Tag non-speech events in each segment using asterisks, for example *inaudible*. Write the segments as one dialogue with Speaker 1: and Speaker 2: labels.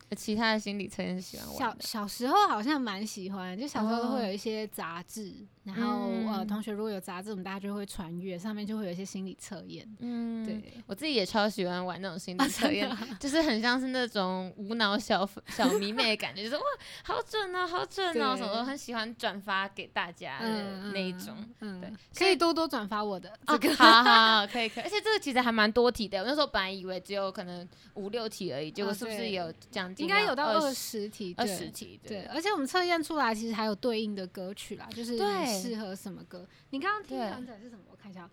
Speaker 1: 呃其他的心理测验是喜欢
Speaker 2: 小
Speaker 1: 玩的。
Speaker 2: 小时候好像蛮喜欢，就小时候都
Speaker 1: 哦
Speaker 2: 会有一些杂志，然后、呃，
Speaker 1: 嗯
Speaker 2: 同学如果有杂志，我们大家就会传阅，上面就会有一些心理测验。
Speaker 1: 嗯，
Speaker 2: 对，
Speaker 1: 我自己也超喜欢玩那种心理测
Speaker 2: 啊
Speaker 1: 验， *laughs* 就是很像是那种无脑小粉小迷妹的感觉，就是哇，好准哦，好准哦，
Speaker 2: 对
Speaker 1: 什么都很喜欢转发给嗯大家的那一种。，
Speaker 2: 嗯，
Speaker 1: 对
Speaker 2: 嗯可以多多转发我的
Speaker 1: 哦 *laughs*
Speaker 2: 这个。
Speaker 1: 好好好，可以可以，而且这个其实还蛮多题的。我那时候本来以为只有可能五六题而已，结果
Speaker 2: 啊
Speaker 1: 是不是
Speaker 2: 对
Speaker 1: 也有将近
Speaker 2: 应该有到
Speaker 1: 二
Speaker 2: 二十题，
Speaker 1: 二
Speaker 2: 对
Speaker 1: 十题？
Speaker 2: 对，而且我们测验出来其实还有对应的歌曲啦，就是
Speaker 1: 对
Speaker 2: 你适合什么歌。你刚刚听
Speaker 1: 对
Speaker 2: 团仔是什么？我看一下哦，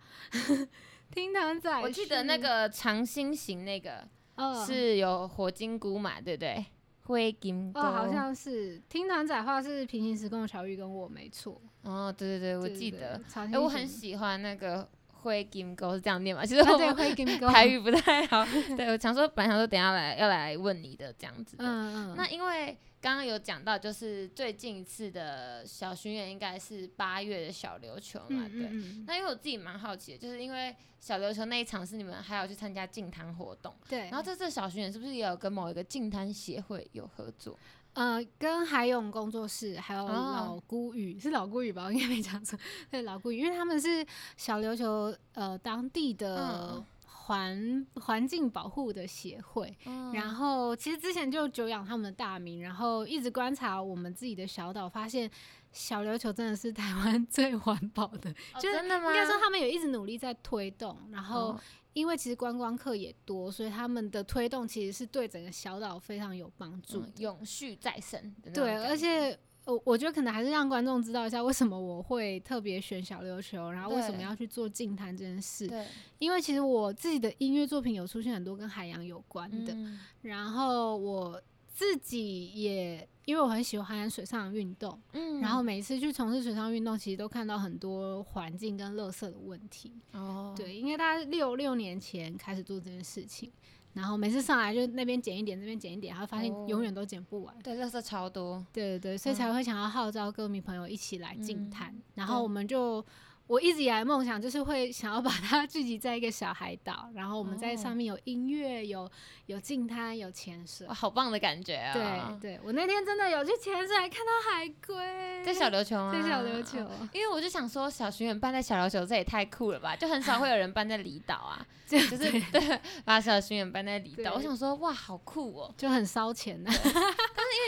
Speaker 2: *laughs* 听团仔，
Speaker 1: 我记得那个长心型那个
Speaker 2: 呃
Speaker 1: 是有火金菇嘛，对不对？灰金菇
Speaker 2: 哦，好像是听团仔话是平行时空的巧遇跟我没错，
Speaker 1: 哦，对对对，我
Speaker 2: 对对
Speaker 1: 记
Speaker 2: 对
Speaker 1: 得。
Speaker 2: 长
Speaker 1: 哎、
Speaker 2: 兴
Speaker 1: 我
Speaker 2: 行
Speaker 1: 很喜欢那个灰金菇，是这样念嘛？其实
Speaker 2: 啊
Speaker 1: 我
Speaker 2: 对
Speaker 1: 们
Speaker 2: 会给你个
Speaker 1: 台语不太
Speaker 2: *laughs*
Speaker 1: 好，对我想说，本来想说等一下来要来问你的这样子的。
Speaker 2: 嗯嗯，
Speaker 1: 那因为刚刚有讲到，就是最近一次的小巡演应该是八月的小琉球嘛，对。
Speaker 2: 嗯嗯嗯
Speaker 1: 那因为我自己蛮好奇的，就是因为小琉球那一场是你们还有去参加净滩活动，
Speaker 2: 对，
Speaker 1: 然后这次小巡演是不是也有跟某一个净滩协会有合作？
Speaker 2: 呃，跟海勇工作室还有
Speaker 1: 哦
Speaker 2: 老孤语、是老孤语吧？我应该没讲错，对老孤语，因为他们是小琉球呃当地的
Speaker 1: 嗯
Speaker 2: 环环境保护的协会。然
Speaker 1: 后
Speaker 2: 后其实之前就久仰他们的大名，然后一直观察我们自己的小岛，发现小琉球真的是台湾 *laughs* 最环保哦的。嗯就是
Speaker 1: 真的吗？
Speaker 2: 应该说他们有一直努力在推动，然后
Speaker 1: 哦
Speaker 2: 因为其实观光客也多，所以他们的推动其实是对整个小岛非常有帮助。
Speaker 1: 嗯永续再生的那种
Speaker 2: 对，
Speaker 1: 感觉
Speaker 2: 而且我我觉得可能还是让观众知道一下为什么我会特别选小琉球，然后为什么
Speaker 1: 对
Speaker 2: 要去做净滩这件事。
Speaker 1: 对
Speaker 2: 因为其实我自己的音乐作品有出现很多跟海洋有关的，
Speaker 1: 嗯
Speaker 2: 然后我自己也因为我很喜欢水上运动，
Speaker 1: 嗯
Speaker 2: 然后每一次去从事水上运动，其实都看到很多环境跟垃圾的问题。
Speaker 1: 哦，
Speaker 2: 对，应该大概六六年前开始做这件事情，然后每次上来就那边捡一点，这边捡一点，然后发现
Speaker 1: 哦
Speaker 2: 永远都捡不完。
Speaker 1: 对，垃圾超多，
Speaker 2: 对对对，所以才会想要号召歌迷朋友一起来净
Speaker 1: 嗯
Speaker 2: 滩，然后
Speaker 1: 对
Speaker 2: 我们就。我一直以来的梦想就是会想要把它 *laughs* 聚集在一个小海岛，然后我们在
Speaker 1: 哦
Speaker 2: 上面有音乐、有有净滩、有潜水
Speaker 1: 哇，。好棒的感觉啊！
Speaker 2: 对，对，我那天真的有去潜水，还看到海龟，
Speaker 1: 在小琉球吗？哦
Speaker 2: 在小琉球。，
Speaker 1: 因为我就想说，小巡演办在小琉球，这也太酷了吧！就很少会有人办在离岛
Speaker 2: *laughs*
Speaker 1: 啊，
Speaker 2: 就
Speaker 1: 就是对，把小巡演办在离
Speaker 2: 对
Speaker 1: 岛，我想说哇，好酷哦！
Speaker 2: 就很烧钱啊呐、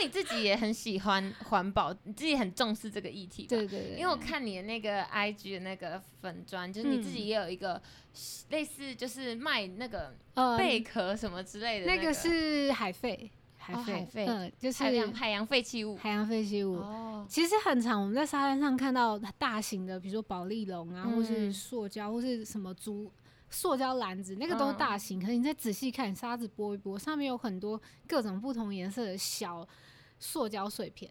Speaker 1: 因为你自己也很喜欢环保，你自己很重视这个议题吧。
Speaker 2: *laughs* 对对对，
Speaker 1: 因为我看你的那个 IG 的那个粉砖，就是你自
Speaker 2: 嗯
Speaker 1: 己也有一个类似就是卖那个
Speaker 2: 呃
Speaker 1: 贝壳什么之类的、
Speaker 2: 那
Speaker 1: 个
Speaker 2: 个是海费，海
Speaker 1: 哦
Speaker 2: 费，
Speaker 1: 海费
Speaker 2: 嗯，就是
Speaker 1: 海洋海洋废弃物
Speaker 2: 海洋废弃物。
Speaker 1: 哦，
Speaker 2: 其实很常我们在沙滩上看到大型的，比如说保丽龙啊，或是
Speaker 1: 嗯
Speaker 2: 塑胶，或是什么竹。塑胶篮子那个都
Speaker 1: 嗯
Speaker 2: 大型，可是你再仔细看，沙子拨一拨，上面有很多各种不同颜色的小塑胶碎片，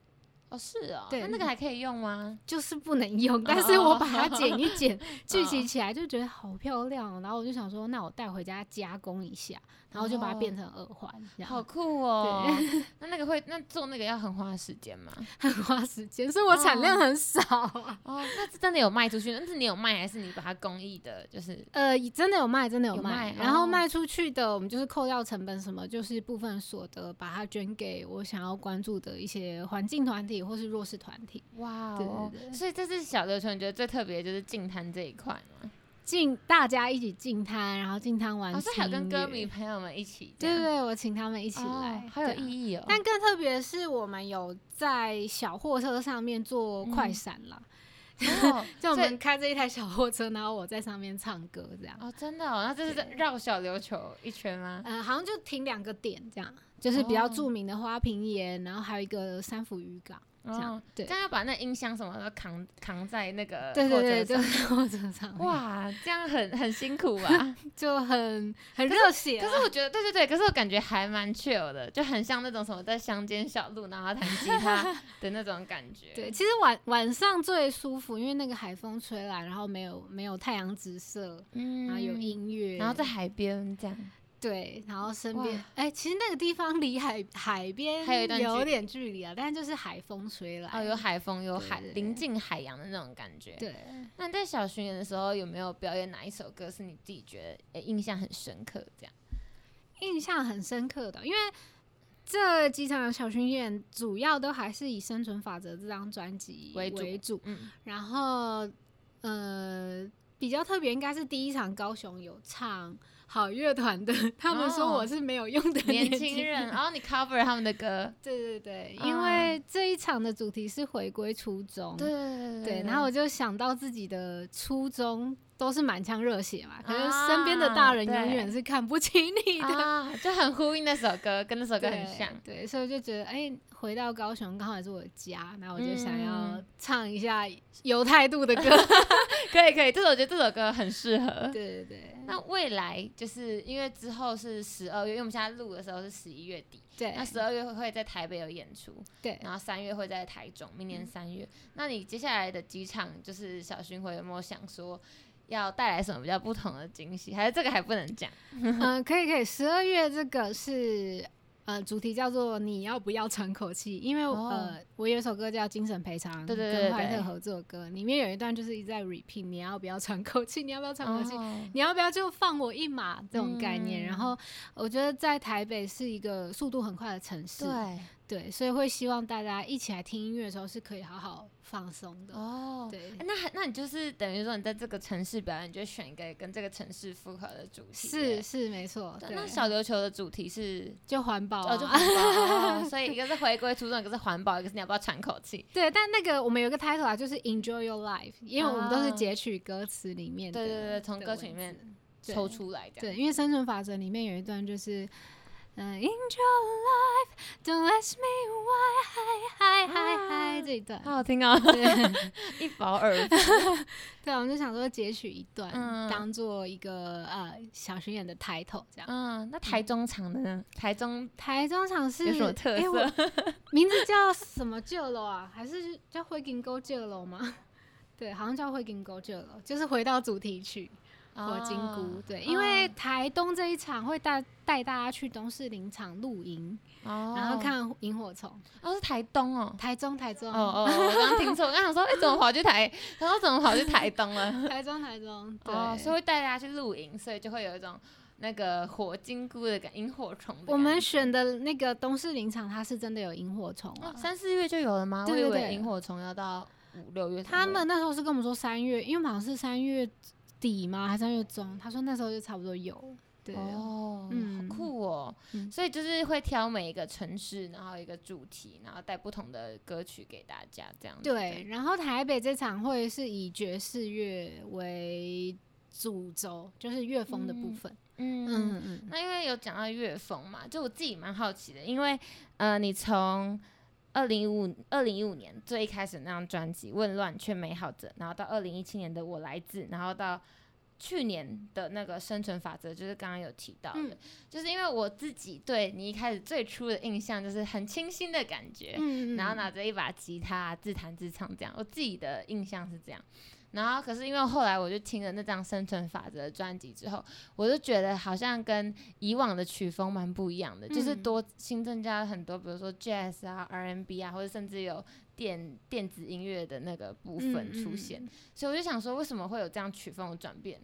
Speaker 1: 哦是哦，
Speaker 2: 对
Speaker 1: 那那个还可以用吗？
Speaker 2: 就是不能用。但是我把它剪一
Speaker 1: *laughs*
Speaker 2: 剪，聚集
Speaker 1: 嗯
Speaker 2: 起来就觉得好漂亮哦、然后我就想说，那我带回家加工一下，然后就把它
Speaker 1: 哦
Speaker 2: 变成耳环，然后
Speaker 1: 好酷哦！ *laughs* 那那个会那做那个要很花时间
Speaker 2: *laughs*
Speaker 1: 吗？
Speaker 2: 很花时间，所以我产量很少啊、
Speaker 1: 哦，那是真的有卖出去，但是你有卖还是你把它工艺的，就是
Speaker 2: *laughs* 呃，真的有卖，真的有
Speaker 1: 有
Speaker 2: 卖，
Speaker 1: 卖
Speaker 2: 然后
Speaker 1: 哦
Speaker 2: 卖出去的，我们就是扣掉成本什么，就是部分所得把它捐给我想要关注的一些环境团体或是弱势团体。
Speaker 1: 哇
Speaker 2: 对
Speaker 1: 哦！
Speaker 2: 对对
Speaker 1: 所以这是小琉球，你觉得最特别的就是净滩这一块吗？
Speaker 2: 进大家一起进摊，然后进摊玩。
Speaker 1: 哦，所以还有跟歌迷，朋友们一起这
Speaker 2: 对
Speaker 1: 样，
Speaker 2: 对对，我请他们一
Speaker 1: 一
Speaker 2: 起来，
Speaker 1: 好有
Speaker 2: 对啊
Speaker 1: 意义哦。
Speaker 2: 但更特别的是，我们有在小货车上面做快闪啦，
Speaker 1: *laughs* 哦
Speaker 2: 嗯 *laughs* 就我
Speaker 1: 所以
Speaker 2: 们开着一台小货车，然后我在上面唱歌这样。
Speaker 1: 哦，真的哦，那这是在绕小琉球一圈吗？
Speaker 2: 呃，好像就停两个点这样，就是比较
Speaker 1: 哦
Speaker 2: 著名的花瓶岩，然后还有一个三福渔港这样。
Speaker 1: 哦，
Speaker 2: 对
Speaker 1: 这样要把那音箱什么都扛扛在那个
Speaker 2: 对
Speaker 1: 货
Speaker 2: 对对，
Speaker 1: 车
Speaker 2: 就
Speaker 1: 上。
Speaker 2: 是货车上面，
Speaker 1: 哇，这样很很辛苦吧？
Speaker 2: 就很很热血
Speaker 1: 可
Speaker 2: 啊。
Speaker 1: 是我觉得，对对对，可是我感觉还蛮 chill 的，就很像那种什么在乡间小路，然后弹吉他的那种感觉。
Speaker 2: 对，其实晚晚上最舒服，因为那个海风吹来，然后没有没有太阳直射，
Speaker 1: 嗯
Speaker 2: 然后有，音乐，
Speaker 1: 然后在海边这样。
Speaker 2: 对，然后身边
Speaker 1: 哇
Speaker 2: 哎、其实那个地方离海海边
Speaker 1: 还有一段距
Speaker 2: 有
Speaker 1: 离
Speaker 2: 点距离啊，但就是海风吹来，
Speaker 1: 哦，有海风，有海，
Speaker 2: 对对对
Speaker 1: 临近海洋的那种感觉。
Speaker 2: 对，
Speaker 1: 那你在小巡演的时候，有没有表演哪一首歌是你自己觉得、诶印象很深刻？这样
Speaker 2: 印象很深刻的，因为这几场小巡演主要都还是以《生存法则》这张专辑
Speaker 1: 为主
Speaker 2: 为主，
Speaker 1: 嗯，
Speaker 2: 然后呃比较特别应该是第一场高雄有唱好乐团的，他们说
Speaker 1: 哦
Speaker 2: 我是没有用的
Speaker 1: *laughs* 年
Speaker 2: 轻
Speaker 1: 轻人，然后你 cover 他们的歌，
Speaker 2: 对对对，
Speaker 1: 啊
Speaker 2: 因为这一场的主题是回归初衷，
Speaker 1: *laughs* 对对
Speaker 2: 对，然后我就想到自己的初衷都是满腔热血嘛，可是身边的大人
Speaker 1: 啊
Speaker 2: 永
Speaker 1: 对
Speaker 2: 远是看不起你的，
Speaker 1: 啊， *laughs* 就很呼应那首歌，跟那首歌
Speaker 2: 对
Speaker 1: 很像。 *laughs*
Speaker 2: 对，所以我就觉得，哎、回到高雄刚好也是我的家，然后我就想要
Speaker 1: 嗯
Speaker 2: 唱一下有态度
Speaker 1: *laughs*
Speaker 2: 的歌，
Speaker 1: 可以可以，这首我觉得这首歌很适合。
Speaker 2: 对对对
Speaker 1: 那未来就是因为之后是十二月，因为我们现在录的时候是十一月底，
Speaker 2: *laughs* 对，
Speaker 1: 那十二月会在台北有演出，
Speaker 2: 对
Speaker 1: 然后三月会在台中，明年三月。那你接下来的几场就是小巡回，有没有想说要带来什么比较不同的惊喜？还是这个还不能讲？
Speaker 2: 嗯、
Speaker 1: *laughs*
Speaker 2: 可以可以，十二月这个是呃主题叫做你要不要喘口气，因为、
Speaker 1: 哦
Speaker 2: 呃我有一首歌叫《精神赔偿》，
Speaker 1: 对对对
Speaker 2: 跟怀
Speaker 1: 对
Speaker 2: 特合作的歌，里面有一段就是一直在 repeat，你要不要喘口气，你要不要喘口气。
Speaker 1: 哦
Speaker 2: 你要不要就放我一马这种概念？
Speaker 1: 嗯
Speaker 2: 然后我觉得在台北是一个速度很快的城市，
Speaker 1: 对
Speaker 2: 对，所以会希望大家一起来听音乐的时候是可以好好放松的。
Speaker 1: 哦。
Speaker 2: 对，
Speaker 1: 哎那还那你就是等于说你在这个城市表演，你就选一个跟这个城市符合的主题。
Speaker 2: 是是没错。
Speaker 1: 对
Speaker 2: 对
Speaker 1: 那小琉球的主题是
Speaker 2: 就环保、啊，
Speaker 1: 哦，就环保、哦，所以一个是回归初衷，一个是环保，一个是你要不要喘口气。
Speaker 2: *laughs* 对，但那个我们有一个 title 啊，就是 Enjoy Your Life，因为我们都是
Speaker 1: 啊
Speaker 2: 截取歌词里面
Speaker 1: *laughs*
Speaker 2: 的，
Speaker 1: 对对对从
Speaker 2: 的
Speaker 1: 歌曲
Speaker 2: 文
Speaker 1: 里面
Speaker 2: 字
Speaker 1: 抽出来这样。
Speaker 2: 对，因为生存法则里面有一段就是。嗯，In your life, don't ask me why, hi hi hi hi 这一段，
Speaker 1: 啊好好听哦，
Speaker 2: 对
Speaker 1: 一饱耳福。*laughs*
Speaker 2: *laughs* 对，我们就想说截取一段，
Speaker 1: 嗯
Speaker 2: 当做一个呃小巡演的 title 这样。
Speaker 1: 嗯，哎那台中场的呢？台中
Speaker 2: 台中场是
Speaker 1: 有什么特
Speaker 2: 诶我
Speaker 1: 色？
Speaker 2: 名字叫什么旧楼啊？ *laughs* 还是叫灰金沟旧楼吗？ *laughs* 对，好像叫灰金沟旧楼，就是回到主题曲
Speaker 1: *laughs*
Speaker 2: 《火金菇》。对，因为台东这一场会带带大家去东势林场露营，
Speaker 1: 哦，
Speaker 2: 然后看萤火虫。
Speaker 1: 哦是台东哦。
Speaker 2: 台中，台中，
Speaker 1: 哦哦，我刚刚听错，我刚想说，哎、怎么跑去台？然后怎么跑去台东了？
Speaker 2: *laughs* 台中，台中。对，
Speaker 1: 哦，所以会带大家去露营，所以就会有一种那个火金菇的感，萤火虫的感觉。
Speaker 2: 我们选的那个东势林场，它是真的有萤火虫啊
Speaker 1: 哦。三四月就有了吗？
Speaker 2: 对对
Speaker 1: 我以为
Speaker 2: 对
Speaker 1: 萤火虫要到五六月才会有。
Speaker 2: 他们那时候是跟我们说三月，因为我们好像是三月底嘛，还是三月中，他说那时候就差不多有了。对，
Speaker 1: 哦，
Speaker 2: 嗯
Speaker 1: 好酷哦！
Speaker 2: 嗯
Speaker 1: 所以就是会挑每一个城市，然后一个主题，然后带不同的歌曲给大家，这样子。
Speaker 2: 对，，然后台北这场会是以爵士乐为主轴，就是乐风的部分。
Speaker 1: 嗯。
Speaker 2: 嗯嗯，
Speaker 1: 那因为有讲到乐风嘛，就我自己蛮好奇的，因为呃，你从二零一五二零一五年最一开始那张专辑《混乱却美好着》，然后到二零一七年的《我来自》，然后到去年的那个生存法则，就是刚刚有提到的，
Speaker 2: 嗯
Speaker 1: 就是因为我自己对你一开始最初的印象就是很清新的感觉，
Speaker 2: 嗯
Speaker 1: 然后拿着一把吉他自弹自唱这样，我自己的印象是这样。然后可是因为后来我就听了那张《生存法则》的专辑之后，我就觉得好像跟以往的曲风蛮不一样的，就是
Speaker 2: 嗯
Speaker 1: 多新增加了很多，比如说 jazz 啊、R&B 啊，或者甚至有电电子音乐的那个部
Speaker 2: 嗯
Speaker 1: 分出现。所以我就想说，为什么会有这样曲风的转变？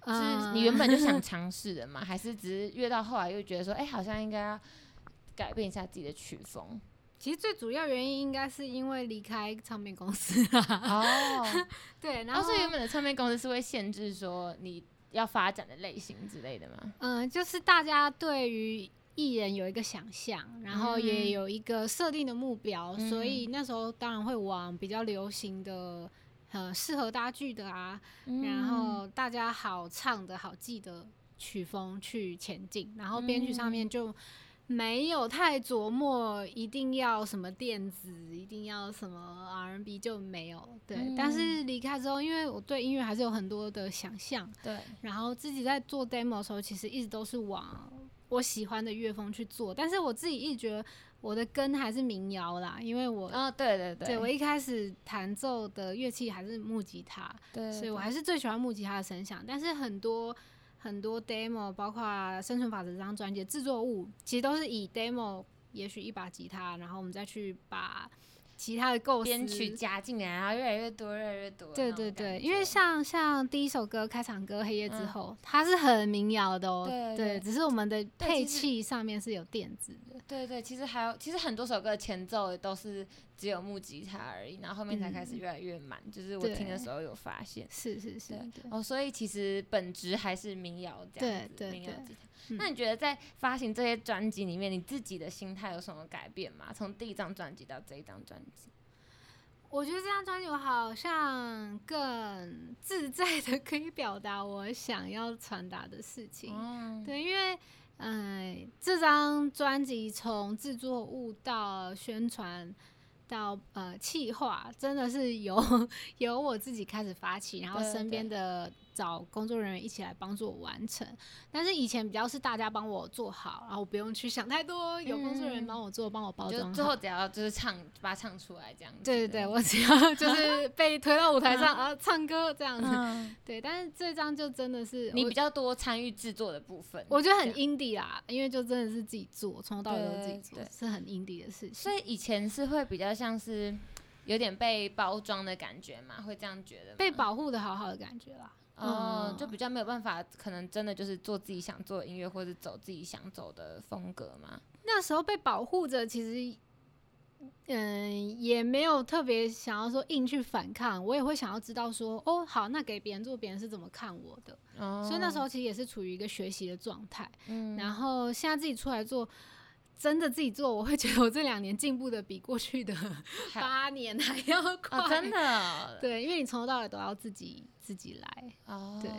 Speaker 2: 嗯啊
Speaker 1: 是你原本就想尝试的吗？还是只是越到后来又觉得说，哎、好像应该要改变一下自己的曲风？
Speaker 2: 其实最主要原因应该是因为离开唱片公司啊啦。
Speaker 1: 哦，
Speaker 2: *laughs* 对，然
Speaker 1: 然后、
Speaker 2: 后
Speaker 1: 所以原本的唱片公司是会限制说你要发展的类型之类的吗？
Speaker 2: 嗯，就是大家对于艺人有一个想象，然后
Speaker 1: 嗯
Speaker 2: 也有一个设定的目标，
Speaker 1: 嗯
Speaker 2: 所以那时候当然会往比较流行的。呃，适合搭剧的啊，
Speaker 1: 嗯
Speaker 2: 然后大家好唱的好记的曲风去前进，然后编曲上
Speaker 1: 嗯
Speaker 2: 面就没有太琢磨一定要什么电子，一定要什么 R&B 就没有。对，
Speaker 1: 嗯
Speaker 2: 但是离开之后，因为我对音乐还是有很多的想象，
Speaker 1: 对，
Speaker 2: 然后自己在做 demo 的时候，其实一直都是往我喜欢的乐风去做，但是我自己一直觉得我的根还是民谣啦，因为我。
Speaker 1: 哦，对对对，
Speaker 2: 对，我一开始弹奏的乐器还是木吉他，
Speaker 1: 对，
Speaker 2: 所以我
Speaker 1: 对
Speaker 2: 还是最喜欢木吉他的声响。但是很多很多 demo，包括《生存法则》这张专辑的制作物，其实都是以 demo，也许一把吉他，然后我们再去把其他的构思
Speaker 1: 编曲。加进来，然后越来越多，越来越多。那
Speaker 2: 对
Speaker 1: 种
Speaker 2: 对
Speaker 1: 感
Speaker 2: 对，
Speaker 1: 觉
Speaker 2: 因为像像第一首歌开场歌《黑夜》之
Speaker 1: 嗯
Speaker 2: 后，它是很民谣的哦、
Speaker 1: 对对
Speaker 2: 只是我们的配
Speaker 1: 其实
Speaker 2: 器上面是有电子的。
Speaker 1: 对对，其实还有，其实很多首歌的前奏也都是只有木吉他而已，然后后面才开始
Speaker 2: 嗯
Speaker 1: 越来越满，就是我听的时候有发现。
Speaker 2: 是是是，
Speaker 1: 对
Speaker 2: 对
Speaker 1: 哦，所以其实本质还是民谣这样
Speaker 2: 对
Speaker 1: 子，
Speaker 2: 对
Speaker 1: 民谣
Speaker 2: 对
Speaker 1: 吉他。
Speaker 2: 嗯
Speaker 1: 那你觉得在发行这些专辑里面，你自己的心态有什么改变吗？从第一张专辑到这一张专辑，
Speaker 2: 我觉得这张专辑我好像更自在的可以表达我想要传达的事情。
Speaker 1: 哦，
Speaker 2: 对，因为嗯、呃这张专辑从制作物到宣传到呃企划，真的是由 *laughs* 由我自己开始发起，然后
Speaker 1: 对
Speaker 2: 身
Speaker 1: 对
Speaker 2: 边的找工作人员一起来帮助我完成。但是以前比较是大家帮我做好，然后我不用去想太多，有工作人员
Speaker 1: 嗯
Speaker 2: 帮我做，帮我包
Speaker 1: 就
Speaker 2: 装
Speaker 1: 最
Speaker 2: 好。
Speaker 1: 后只要就是唱，把它唱出来这样子。
Speaker 2: 对对对，我只要 *laughs* 就是被推到舞台上啊，唱歌这样子。
Speaker 1: 嗯，
Speaker 2: 对，但是这张就真的是
Speaker 1: 你
Speaker 2: 我
Speaker 1: 比较多参与制作的部分，
Speaker 2: 我觉得很
Speaker 1: 这样
Speaker 2: indie 啦，因为就真的是自己做，从头到尾都是自己做
Speaker 1: 对，对
Speaker 2: 是很 indie 的事情。
Speaker 1: 所以以前是会比较像是有点被包装的感觉嘛，会这样觉得吗
Speaker 2: 被保护的好好的感觉啦。
Speaker 1: 哦，
Speaker 2: 嗯
Speaker 1: 就比较没有办法，可能真的就是做自己想做的音乐，或者走自己想走的风格嘛。
Speaker 2: 那时候被保护着，其实。嗯，也没有特别想要说硬去反抗，我也会想要知道说，哦，好，那给别人做，别人是怎么看我的。
Speaker 1: 哦，
Speaker 2: 所以那时候其实也是处于一个学习的状态。
Speaker 1: 嗯，
Speaker 2: 然后现在自己出来做，真的自己做，我会觉得我这两年进步的比过去的八年还要快，
Speaker 1: 哦，真。的哦
Speaker 2: 对，因为你从头到尾都要自己自己来，
Speaker 1: 哦，
Speaker 2: 对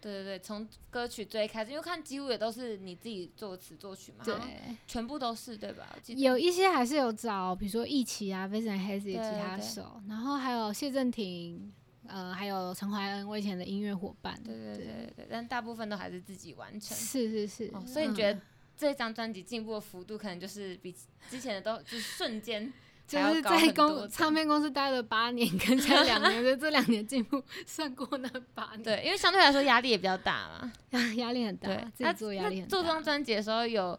Speaker 1: 对对对，从歌曲最开始，因为看几乎也都是你自己作词作曲嘛，
Speaker 2: 对
Speaker 1: 好，像全部都是对吧？我记得
Speaker 2: 有一些还是有找，比如说易奇啊、Vincent h e s 的吉
Speaker 1: 对
Speaker 2: 他
Speaker 1: 对
Speaker 2: 手，然后还有谢振廷，呃，还有陈怀恩，我以前的音乐伙伴。
Speaker 1: 对对对对对，但大部分都还是自己完成。
Speaker 2: 是是是、
Speaker 1: 哦，所以你觉
Speaker 2: 嗯
Speaker 1: 得这张专辑进步的幅度，可能就是比之前的都就是瞬间
Speaker 2: 就
Speaker 1: 还要
Speaker 2: 是
Speaker 1: 高很
Speaker 2: 在
Speaker 1: 多
Speaker 2: 公
Speaker 1: 的
Speaker 2: 唱片公司待了八年，跟现在两年， *laughs* 就这两年进步胜过那八年，
Speaker 1: 对，因为相对来说压力也比较大嘛。
Speaker 2: 对，压力很大
Speaker 1: 对，，啊
Speaker 2: 自
Speaker 1: 那
Speaker 2: 己做压力
Speaker 1: 那
Speaker 2: 很
Speaker 1: 做这
Speaker 2: 大
Speaker 1: 张。专辑的时候有。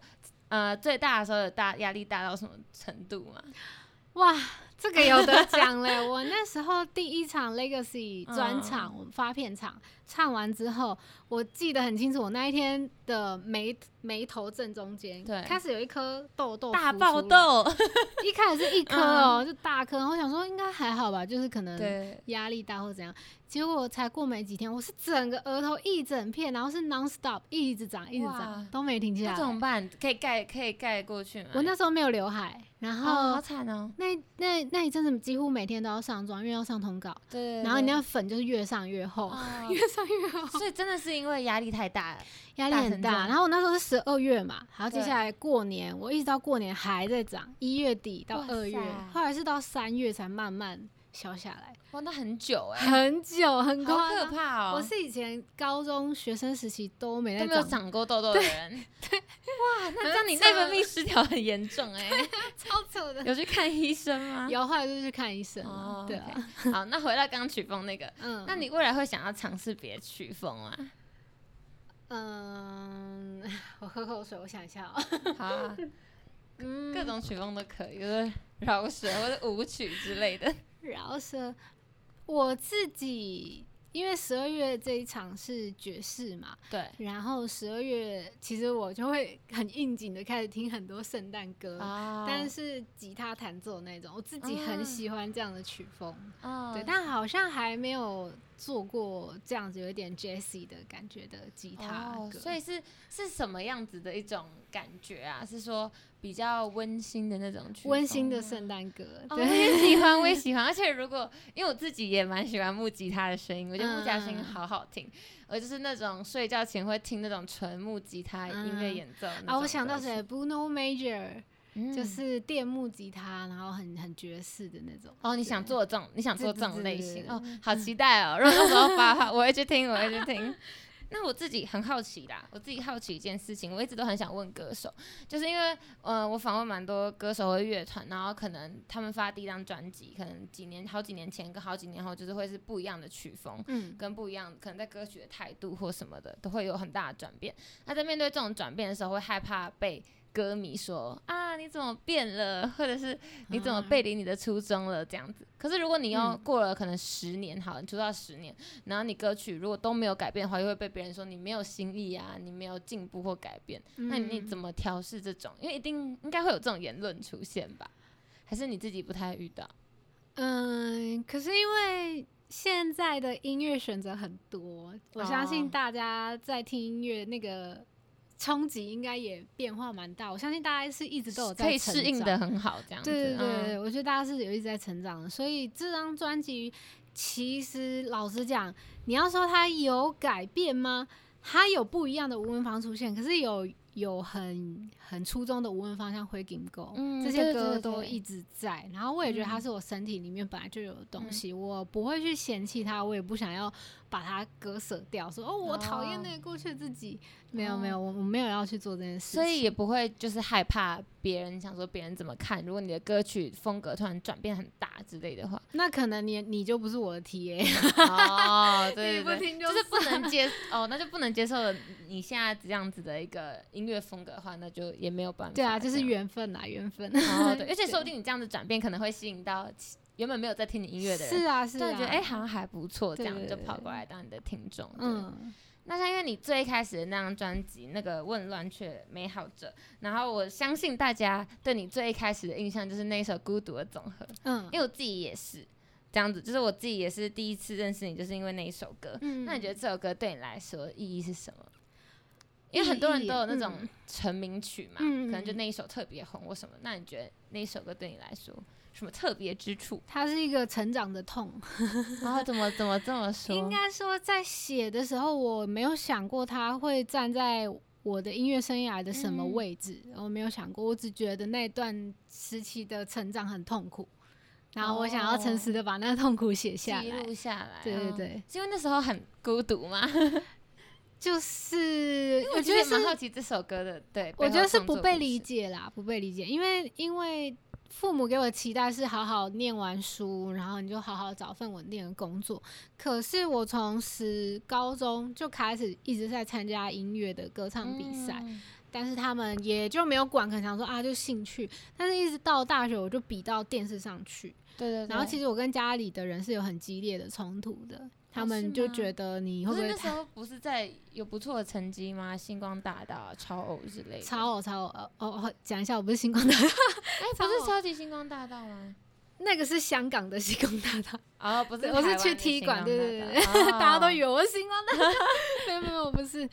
Speaker 1: 呃，最大的时候有大压力大到什么程度吗？
Speaker 2: 哇，这个有得
Speaker 1: *laughs*
Speaker 2: 讲嘞！我那时候第一场 Legacy
Speaker 1: 嗯
Speaker 2: 专场，我们发片场唱完之后，我记得很清楚，我那一天的眉眉头正中间，
Speaker 1: 对
Speaker 2: 开始有一颗痘痘，
Speaker 1: 大爆，痘，嗯
Speaker 2: 一开始是一颗哦，就大颗，我想说应该还好吧，就是可
Speaker 1: *laughs*
Speaker 2: 能。
Speaker 1: 对，
Speaker 2: 压力大或怎样，结果才过没几天，我是整个额头一整片，然后是 non stop 一直长，一直
Speaker 1: 哇
Speaker 2: 长，都没停下
Speaker 1: 那怎么
Speaker 2: 来。
Speaker 1: 办？可以盖可以盖过去吗？
Speaker 2: 我那时候没有刘海，然
Speaker 1: 哦，
Speaker 2: 后
Speaker 1: 好惨哦，
Speaker 2: 那那那一阵子几乎每天都要上妆，因为要上通告，
Speaker 1: 对对对，
Speaker 2: 然后你那粉就是越上越厚，
Speaker 1: 哦
Speaker 2: *laughs* 越上越厚， *laughs*
Speaker 1: 所以真的是因为压力太大了，
Speaker 2: 压力
Speaker 1: 大
Speaker 2: 很
Speaker 1: 成
Speaker 2: 大。
Speaker 1: 这样
Speaker 2: 然后我那时候是十二月嘛，然后接
Speaker 1: 对
Speaker 2: 下来过年，我一直到过年还在长，一月底到
Speaker 1: 哇
Speaker 2: 二月
Speaker 1: 塞，
Speaker 2: 后来是到三月才慢慢消下来，
Speaker 1: 哇，那很久哎、
Speaker 2: *laughs* 很久欸很
Speaker 1: 好
Speaker 2: 夸
Speaker 1: 可
Speaker 2: 张。
Speaker 1: 怕哦！
Speaker 2: 我是以前高中学生时期都没
Speaker 1: 都
Speaker 2: 在
Speaker 1: 没有
Speaker 2: 长，
Speaker 1: 长过痘痘的人， *laughs* 哇，那这样你内分泌失调很严重哎、
Speaker 2: 超丑的。
Speaker 1: *laughs* 有去看医生吗？
Speaker 2: *laughs* 有后来就去看医生了
Speaker 1: 哦，
Speaker 2: 对啊，
Speaker 1: OK 好，那回到刚刚曲风那个，
Speaker 2: 嗯，
Speaker 1: 那你未来会想要尝试别的曲风吗？
Speaker 2: 嗯， *laughs* 我喝口水，我想一下哦，
Speaker 1: *laughs* 好 *laughs* 啊，
Speaker 2: 嗯
Speaker 1: 各种曲风都可以，就是饶舌或者舞曲之类 *laughs* 的。
Speaker 2: 饶舌，我自己因为十二月这一场是爵士嘛，
Speaker 1: 对
Speaker 2: 然后十二月其实我就会很应景的开始听很多圣诞歌。
Speaker 1: 啊
Speaker 2: 但是吉他弹奏那种，我自己很喜欢这样的曲风，
Speaker 1: 哦
Speaker 2: 对，但好像还没有做过这样子有一点 Jazzy 的感觉的吉他歌，
Speaker 1: 哦，所以是是什么样子的一种感觉啊？是说比较温馨的那种曲风吗，啊
Speaker 2: 温馨的圣诞歌，
Speaker 1: 哦，我
Speaker 2: 对， *laughs*
Speaker 1: 也喜欢，我也喜欢。而且如果因为我自己也蛮喜欢木吉他的声音，我觉得木吉他声音
Speaker 2: 嗯
Speaker 1: 好好听。我就是那种睡觉前会听那种纯木吉他音乐
Speaker 2: 嗯
Speaker 1: 演奏那
Speaker 2: 啊，我
Speaker 1: 种
Speaker 2: 想到
Speaker 1: 歌曲
Speaker 2: 谁，，Bruno Major，、
Speaker 1: 嗯
Speaker 2: 就是电木吉他，然后很很爵士的那种。
Speaker 1: 哦，你想
Speaker 2: 对
Speaker 1: 做这种，你想做这
Speaker 2: 对
Speaker 1: 种
Speaker 2: 对
Speaker 1: 类
Speaker 2: 对
Speaker 1: 型
Speaker 2: 对
Speaker 1: 哦，好期待哦！如果
Speaker 2: *laughs*
Speaker 1: 到时候发的话，我会去听，我会去听。那我自己很好奇啦，我自己好奇一件事情，我一直都很想问歌手，就是因为呃，我访问蛮多歌手和乐团，然后可能他们发第一张专辑，可能几年、好几年前跟好几年后，就是会是不一样的曲风。
Speaker 2: 嗯，
Speaker 1: 跟不一样，可能在歌曲的态度或什么的都会有很大的转变。那在面对这种转变的时候，会害怕被歌迷说啊你怎么变了，或者是你怎么
Speaker 2: 啊
Speaker 1: 背离你的初衷了这样子。可是如果你要
Speaker 2: 嗯
Speaker 1: 过了可能十年，好，你出道十年，然后你歌曲如果都没有改变的话，又会被别人说你没有新意啊，你没有进步或改变。那你怎
Speaker 2: 么？
Speaker 1: 么调试这种？因为一定应该会有这种言论出现吧？还是你自己不太遇到？
Speaker 2: 嗯，可是因为现在的音乐选择很多，我相
Speaker 1: 哦
Speaker 2: 信大家在听音乐那个冲击应该也变化蛮大。我相信大家是一直都有在
Speaker 1: 可以适应
Speaker 2: 成长
Speaker 1: 的很好，这样子。
Speaker 2: 对对对
Speaker 1: 嗯
Speaker 2: 对，我觉得大家是有一直在成长的，所以这张专辑其实老实讲，你要说它有改变吗？它有不一样的吴文芳出现，可是有有很很出众的吴文芳，像《灰金狗》
Speaker 1: 嗯对
Speaker 2: 这些
Speaker 1: 对
Speaker 2: 歌
Speaker 1: 对
Speaker 2: 都
Speaker 1: 对
Speaker 2: 一直在。然后我也觉得它
Speaker 1: 嗯
Speaker 2: 是我身体里面本来就有的东西，我不会去嫌弃它，我也不想要把它割舍掉，说哦我讨厌那个过去的自己。没有没有，我我没有要去做这件事情，
Speaker 1: 哦所以也不会就是害怕别人想说别人怎么看，如果你的歌曲风格突然转变很大之类
Speaker 2: *laughs*
Speaker 1: 的话，
Speaker 2: 那可能你你就不是我的 TA。
Speaker 1: 哦，对对
Speaker 2: 你不
Speaker 1: 对，
Speaker 2: 听
Speaker 1: 就
Speaker 2: 就是
Speaker 1: 不能接哦，那就不能接受了你现在这样子的一个音乐风格的话，那就也没有办法。
Speaker 2: 对啊，就是
Speaker 1: 这样
Speaker 2: 缘分啦，缘分。 *laughs*
Speaker 1: 哦，对，而且说不定你这样子转变可能会吸引到其原本没有在听你 *laughs* 音乐的人，
Speaker 2: 是啊，是
Speaker 1: 就
Speaker 2: 啊，
Speaker 1: 觉得哎、好像还不错，这
Speaker 2: 对
Speaker 1: 样
Speaker 2: 对
Speaker 1: 就
Speaker 2: 对
Speaker 1: 跑过来当你的听众。对
Speaker 2: 嗯，
Speaker 1: 那像因为你最开始的那张专辑那个《混乱却美好着》，然后我相信大家对你最一开始的印象就是那一首《孤独的总和》，
Speaker 2: 嗯
Speaker 1: 因为我自己也是这样子，就是我自己也是第一次认识你，就是因为那一首歌。
Speaker 2: 嗯
Speaker 1: 那你觉得这首歌对你来说意义是什么？因为很多人都有那
Speaker 2: 嗯
Speaker 1: 种成名曲嘛，
Speaker 2: 嗯嗯
Speaker 1: 可能就
Speaker 2: 嗯
Speaker 1: 那一首特别红或什么。那你觉得那一首歌对你来说什么特别之处？
Speaker 2: 它是一个成长的痛。
Speaker 1: 然
Speaker 2: 啊
Speaker 1: 后怎么怎么这么说？
Speaker 2: 应该说，在写的时候，我没有想过他会站在我的音乐生涯的什么
Speaker 1: 嗯
Speaker 2: 位置，我没有想过，我只觉得那段时期的成长很痛苦，然后我想要诚实的把那痛苦写下
Speaker 1: 哦记
Speaker 2: 来。
Speaker 1: 录下来。
Speaker 2: 对对
Speaker 1: 哦，
Speaker 2: 对，
Speaker 1: 是因为那时候很孤独嘛。
Speaker 2: 就是我
Speaker 1: 其
Speaker 2: 觉
Speaker 1: 实也
Speaker 2: 得
Speaker 1: 蛮
Speaker 2: 是，
Speaker 1: 好奇这首歌的，对，
Speaker 2: 我
Speaker 1: 背
Speaker 2: 觉得
Speaker 1: 后
Speaker 2: 是
Speaker 1: 创作
Speaker 2: 不被
Speaker 1: 故
Speaker 2: 理
Speaker 1: 事。
Speaker 2: 解啦，不被理解，因为因为。父母给我的期待是好好念完书，然后你就好好找份稳定的工作。可是我从十高中就开始一直在参加音乐的歌唱比赛，
Speaker 1: 嗯
Speaker 2: 但是他们也就没有管，可能想说啊，就兴趣。但是一直到大学，我就比到电视上去。
Speaker 1: 对对对。
Speaker 2: 然后其
Speaker 1: 实
Speaker 2: 实我跟家里的人是有很激烈的冲突的，
Speaker 1: 哦
Speaker 2: 他
Speaker 1: 是
Speaker 2: 们就
Speaker 1: 吗
Speaker 2: 觉得你
Speaker 1: 可
Speaker 2: 会不
Speaker 1: 是
Speaker 2: 会
Speaker 1: 那时
Speaker 2: 太
Speaker 1: 候不是在有不错的成绩吗？星光大道啊、超偶之类的。
Speaker 2: 超偶超偶呃哦，讲一下，我不是星光大道， *laughs*
Speaker 1: 哎，不
Speaker 2: 超
Speaker 1: 是
Speaker 2: 偶
Speaker 1: 超级星光大道吗？
Speaker 2: 那个是香港的星光大道，
Speaker 1: 哦，不是，
Speaker 2: 对我是去踢馆对对对
Speaker 1: *laughs*
Speaker 2: *laughs* 大家都以
Speaker 1: 有。
Speaker 2: 为我是星光大道， *laughs* 没有没有，我不是，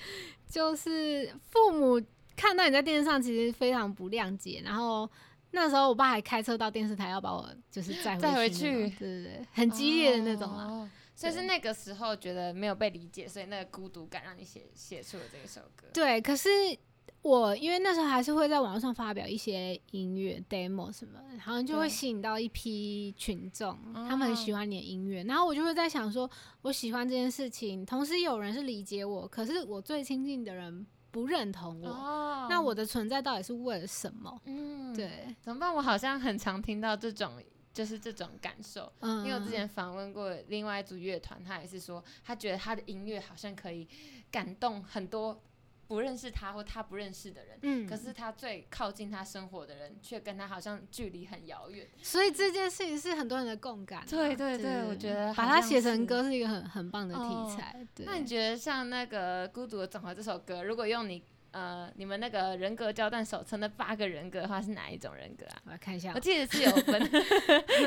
Speaker 2: 就是父母看到你在电视上，其实非常不谅解，然后。那时候我爸还开车到电视台要把我就是载
Speaker 1: 载回
Speaker 2: 去那种，
Speaker 1: 去
Speaker 2: 对对对，很激烈的那种啊。
Speaker 1: 哦所以是
Speaker 2: 对
Speaker 1: 那个时候觉得没有被理解，所以那个孤独感让你写写出了这一首歌。
Speaker 2: 对，可是我因为那时候还是会在网络上发表一些音乐 demo 什么的，然后就
Speaker 1: 对嗯
Speaker 2: 会吸引到一批群众，他们很喜欢你的音乐，然后我就会在想说，我喜欢这件事情，同时有人是理解我，可是我最亲近的人不认同我，
Speaker 1: 哦
Speaker 2: 那我的存在到底是为了什么？
Speaker 1: 嗯，
Speaker 2: 对，
Speaker 1: 怎么办？我好像很常听到这种，就是这种感受。
Speaker 2: 嗯，
Speaker 1: 因为我之前访问过另外一组乐团，他也是说，他觉得他的音乐好像可以感动很多不认识他或他不认识的人，
Speaker 2: 嗯，
Speaker 1: 可是他最靠近他生活的人，却跟他好像距离很遥远。
Speaker 2: 所以这件事情是很多人的共感啊、
Speaker 1: 对对对我觉得
Speaker 2: 把
Speaker 1: 好
Speaker 2: 它
Speaker 1: 像
Speaker 2: 写成
Speaker 1: 是
Speaker 2: 歌是一个很很棒的
Speaker 1: 哦
Speaker 2: 题材。对，
Speaker 1: 那你觉得像那个《孤独的总和》这首歌，如果用你呃你们那个人格交换手册那八个人格的话，是哪一种人格啊？
Speaker 2: 我来看一下哦
Speaker 1: 我，记得是有 *laughs* 分，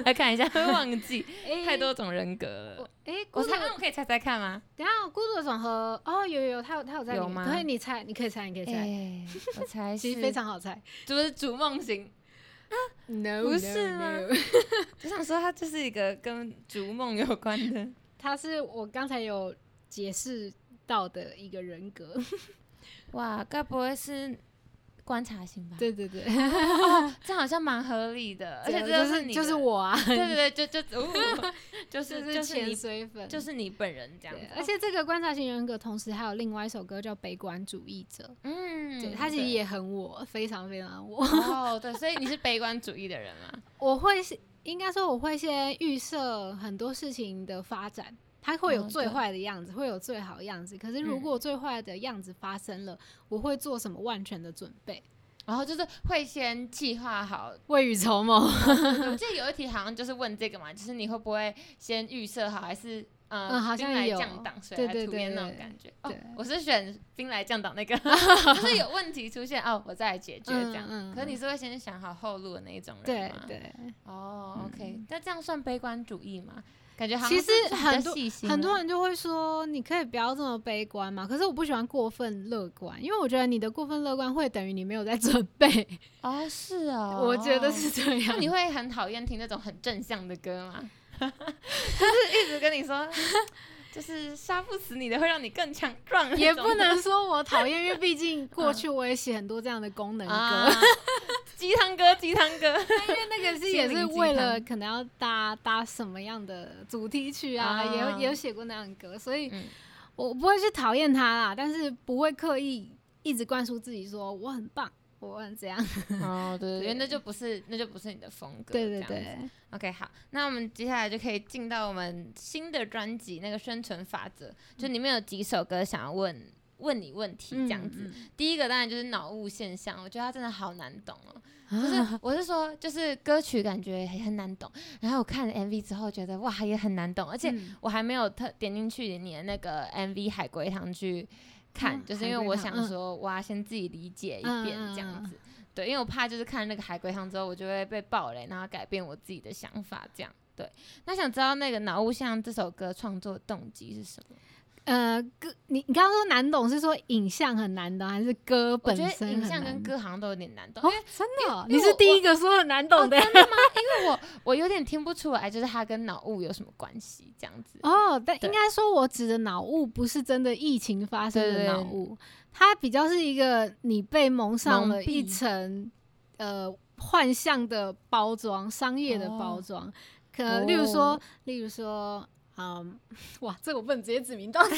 Speaker 1: 来看一下，会忘 *laughs* 记太
Speaker 2: 太
Speaker 1: 多种人格了
Speaker 2: 我。哎，孤
Speaker 1: 我
Speaker 2: 独
Speaker 1: 猜，那我可以猜猜看吗？
Speaker 2: 等一下，孤独的总和哦，有有有，他有他有在里
Speaker 1: 有
Speaker 2: 面
Speaker 1: 吗
Speaker 2: 可以你猜，你可以猜，你可以猜，
Speaker 1: 哎，我猜 *laughs*
Speaker 2: 其实
Speaker 1: 是
Speaker 2: 非常好猜。
Speaker 1: *laughs* 就是逐梦型，
Speaker 2: No，
Speaker 1: 不是吗
Speaker 2: no, no
Speaker 1: 我想说它就是一个跟逐梦有关的。
Speaker 2: 他是我刚才有解释到的一个人格。 *laughs*
Speaker 1: 哇，该不会是观察型吧？
Speaker 2: 对对对，
Speaker 1: 哦，这好像蛮合理的，而且
Speaker 2: 对
Speaker 1: 这
Speaker 2: 就是
Speaker 1: 你
Speaker 2: 就是
Speaker 1: 的，
Speaker 2: 我啊，
Speaker 1: *laughs* 对对对，就就哦 *laughs* 就
Speaker 2: 就是
Speaker 1: 就是
Speaker 2: 潜
Speaker 1: 你
Speaker 2: 水粉，
Speaker 1: 就是你本人这样子哦
Speaker 2: 对。，而且这个观察型人格同时还有另外一首歌叫《悲观主义者》，
Speaker 1: 嗯，
Speaker 2: 对，他其实也很我，非常非常我。
Speaker 1: 哦，对，所以你是悲观主义的人嘛？
Speaker 2: 我会是应该说我会先预设很多事情的发展，它会有
Speaker 1: 哦
Speaker 2: 最
Speaker 1: 对
Speaker 2: 坏的样子，会有最好的样子。可是如
Speaker 1: 嗯
Speaker 2: 果最坏的样子发生了，我会做什么万全的准备，
Speaker 1: 然后就是会先计划好，
Speaker 2: 未雨绸缪。
Speaker 1: *laughs* 我记得有一题好像就是问这个嘛，就是你会不会先预设好，还是呃、
Speaker 2: 嗯好像
Speaker 1: 兵来
Speaker 2: 有
Speaker 1: 将挡水
Speaker 2: 对
Speaker 1: 来
Speaker 2: 对
Speaker 1: 土
Speaker 2: 对
Speaker 1: 掩那种
Speaker 2: 对
Speaker 1: 感觉？
Speaker 2: 对
Speaker 1: 哦，我是选兵来将挡那个，*laughs*
Speaker 2: *laughs*
Speaker 1: 就是有问题出现哦，我再来解决这样。
Speaker 2: 嗯嗯
Speaker 1: 可是你是会先想好后路的那一种人
Speaker 2: *laughs* 对
Speaker 1: 吗？。
Speaker 2: 对，嗯
Speaker 1: 哦，OK，那、这样算悲观主义吗？感觉好像
Speaker 2: 其
Speaker 1: 是
Speaker 2: 实
Speaker 1: 比较
Speaker 2: 很多
Speaker 1: 细心
Speaker 2: 很多
Speaker 1: 了
Speaker 2: 人就会说，你可以不要这么悲观嘛。可是我不喜欢过分乐观，因为我觉得你的过分乐观会等于你没有在准备。
Speaker 1: 哦，是哦，
Speaker 2: 我觉得是这 *laughs*
Speaker 1: 那
Speaker 2: 样。
Speaker 1: 你会很讨厌听那种很正向的歌
Speaker 2: *laughs*
Speaker 1: 吗？就是一直跟你说， *laughs* 就是杀不死你的，会让你更强壮那种。
Speaker 2: 也不能说我讨厌，因为
Speaker 1: *laughs*
Speaker 2: 毕竟过去我也写很多这样的功能歌。
Speaker 1: 嗯啊，鸡汤
Speaker 2: *laughs*
Speaker 1: 歌，鸡汤歌。
Speaker 2: 因为那个是也是为了可能要搭搭什么样的主题曲啊，
Speaker 1: 啊
Speaker 2: 也有也有写过那样的歌，所以
Speaker 1: 嗯
Speaker 2: 我不会去讨厌他啦，但是不会刻意一直灌输自己说我很棒，我很怎样。
Speaker 1: 哦，对对，因为
Speaker 2: 对
Speaker 1: 那就不是，那就不是你的风格。
Speaker 2: 对对
Speaker 1: 这样子。
Speaker 2: 对，
Speaker 1: OK，好，那我们接下来就可以进到我们新的专辑那个生存法则，
Speaker 2: 嗯
Speaker 1: 就里面有几首歌想要问问你问题这样子。
Speaker 2: 嗯，嗯
Speaker 1: 第一个当然就是脑雾现象，我觉得它真的好难懂哦。
Speaker 2: 啊
Speaker 1: 就是我是说，就是歌曲感觉也很难懂，然后我看了 MV 之后觉得哇也很难懂，而且
Speaker 2: 嗯
Speaker 1: 我还没有特点进去你的那个 MV 海龟汤去看，
Speaker 2: 嗯
Speaker 1: 就是因
Speaker 2: 海
Speaker 1: 为我
Speaker 2: 龟汤
Speaker 1: 想
Speaker 2: 嗯
Speaker 1: 说，我要先自己理解一
Speaker 2: 嗯
Speaker 1: 遍
Speaker 2: 嗯
Speaker 1: 这样
Speaker 2: 嗯
Speaker 1: 子。对，因为我怕就是看那个海龟汤之后，我就会被暴雷，然后改变我自己的想法这样。对，那想知道那个《脑雾像》这首歌创作动机是什么？
Speaker 2: 呃，歌你你刚刚说难懂是说影像很难懂，还是歌
Speaker 1: 我
Speaker 2: 本
Speaker 1: 觉
Speaker 2: 身
Speaker 1: 得影
Speaker 2: 很
Speaker 1: 像
Speaker 2: 难
Speaker 1: 跟
Speaker 2: 懂
Speaker 1: 歌好像都有点难懂，
Speaker 2: 哦
Speaker 1: 因为，
Speaker 2: 真的哦，
Speaker 1: 因
Speaker 2: 你
Speaker 1: 为
Speaker 2: 是
Speaker 1: 我
Speaker 2: 第
Speaker 1: 我
Speaker 2: 一个说很难
Speaker 1: 哦
Speaker 2: 懂的
Speaker 1: 真的吗？因为我我有点听不出来，就是它跟脑雾有什么关系这样子。
Speaker 2: 哦。但
Speaker 1: 对
Speaker 2: 应该说，我指的脑雾不是真的疫情发生
Speaker 1: 对
Speaker 2: 的
Speaker 1: 对
Speaker 2: 脑雾，它比较是一个你被蒙上
Speaker 1: 蒙
Speaker 2: 了一
Speaker 1: 蔽
Speaker 2: 层呃幻象的包装，商业的包
Speaker 1: 哦
Speaker 2: 装。可例如说，
Speaker 1: 哦
Speaker 2: 例如说，嗯， *laughs* 哇，这个我不能直接指名 *laughs* 道姓。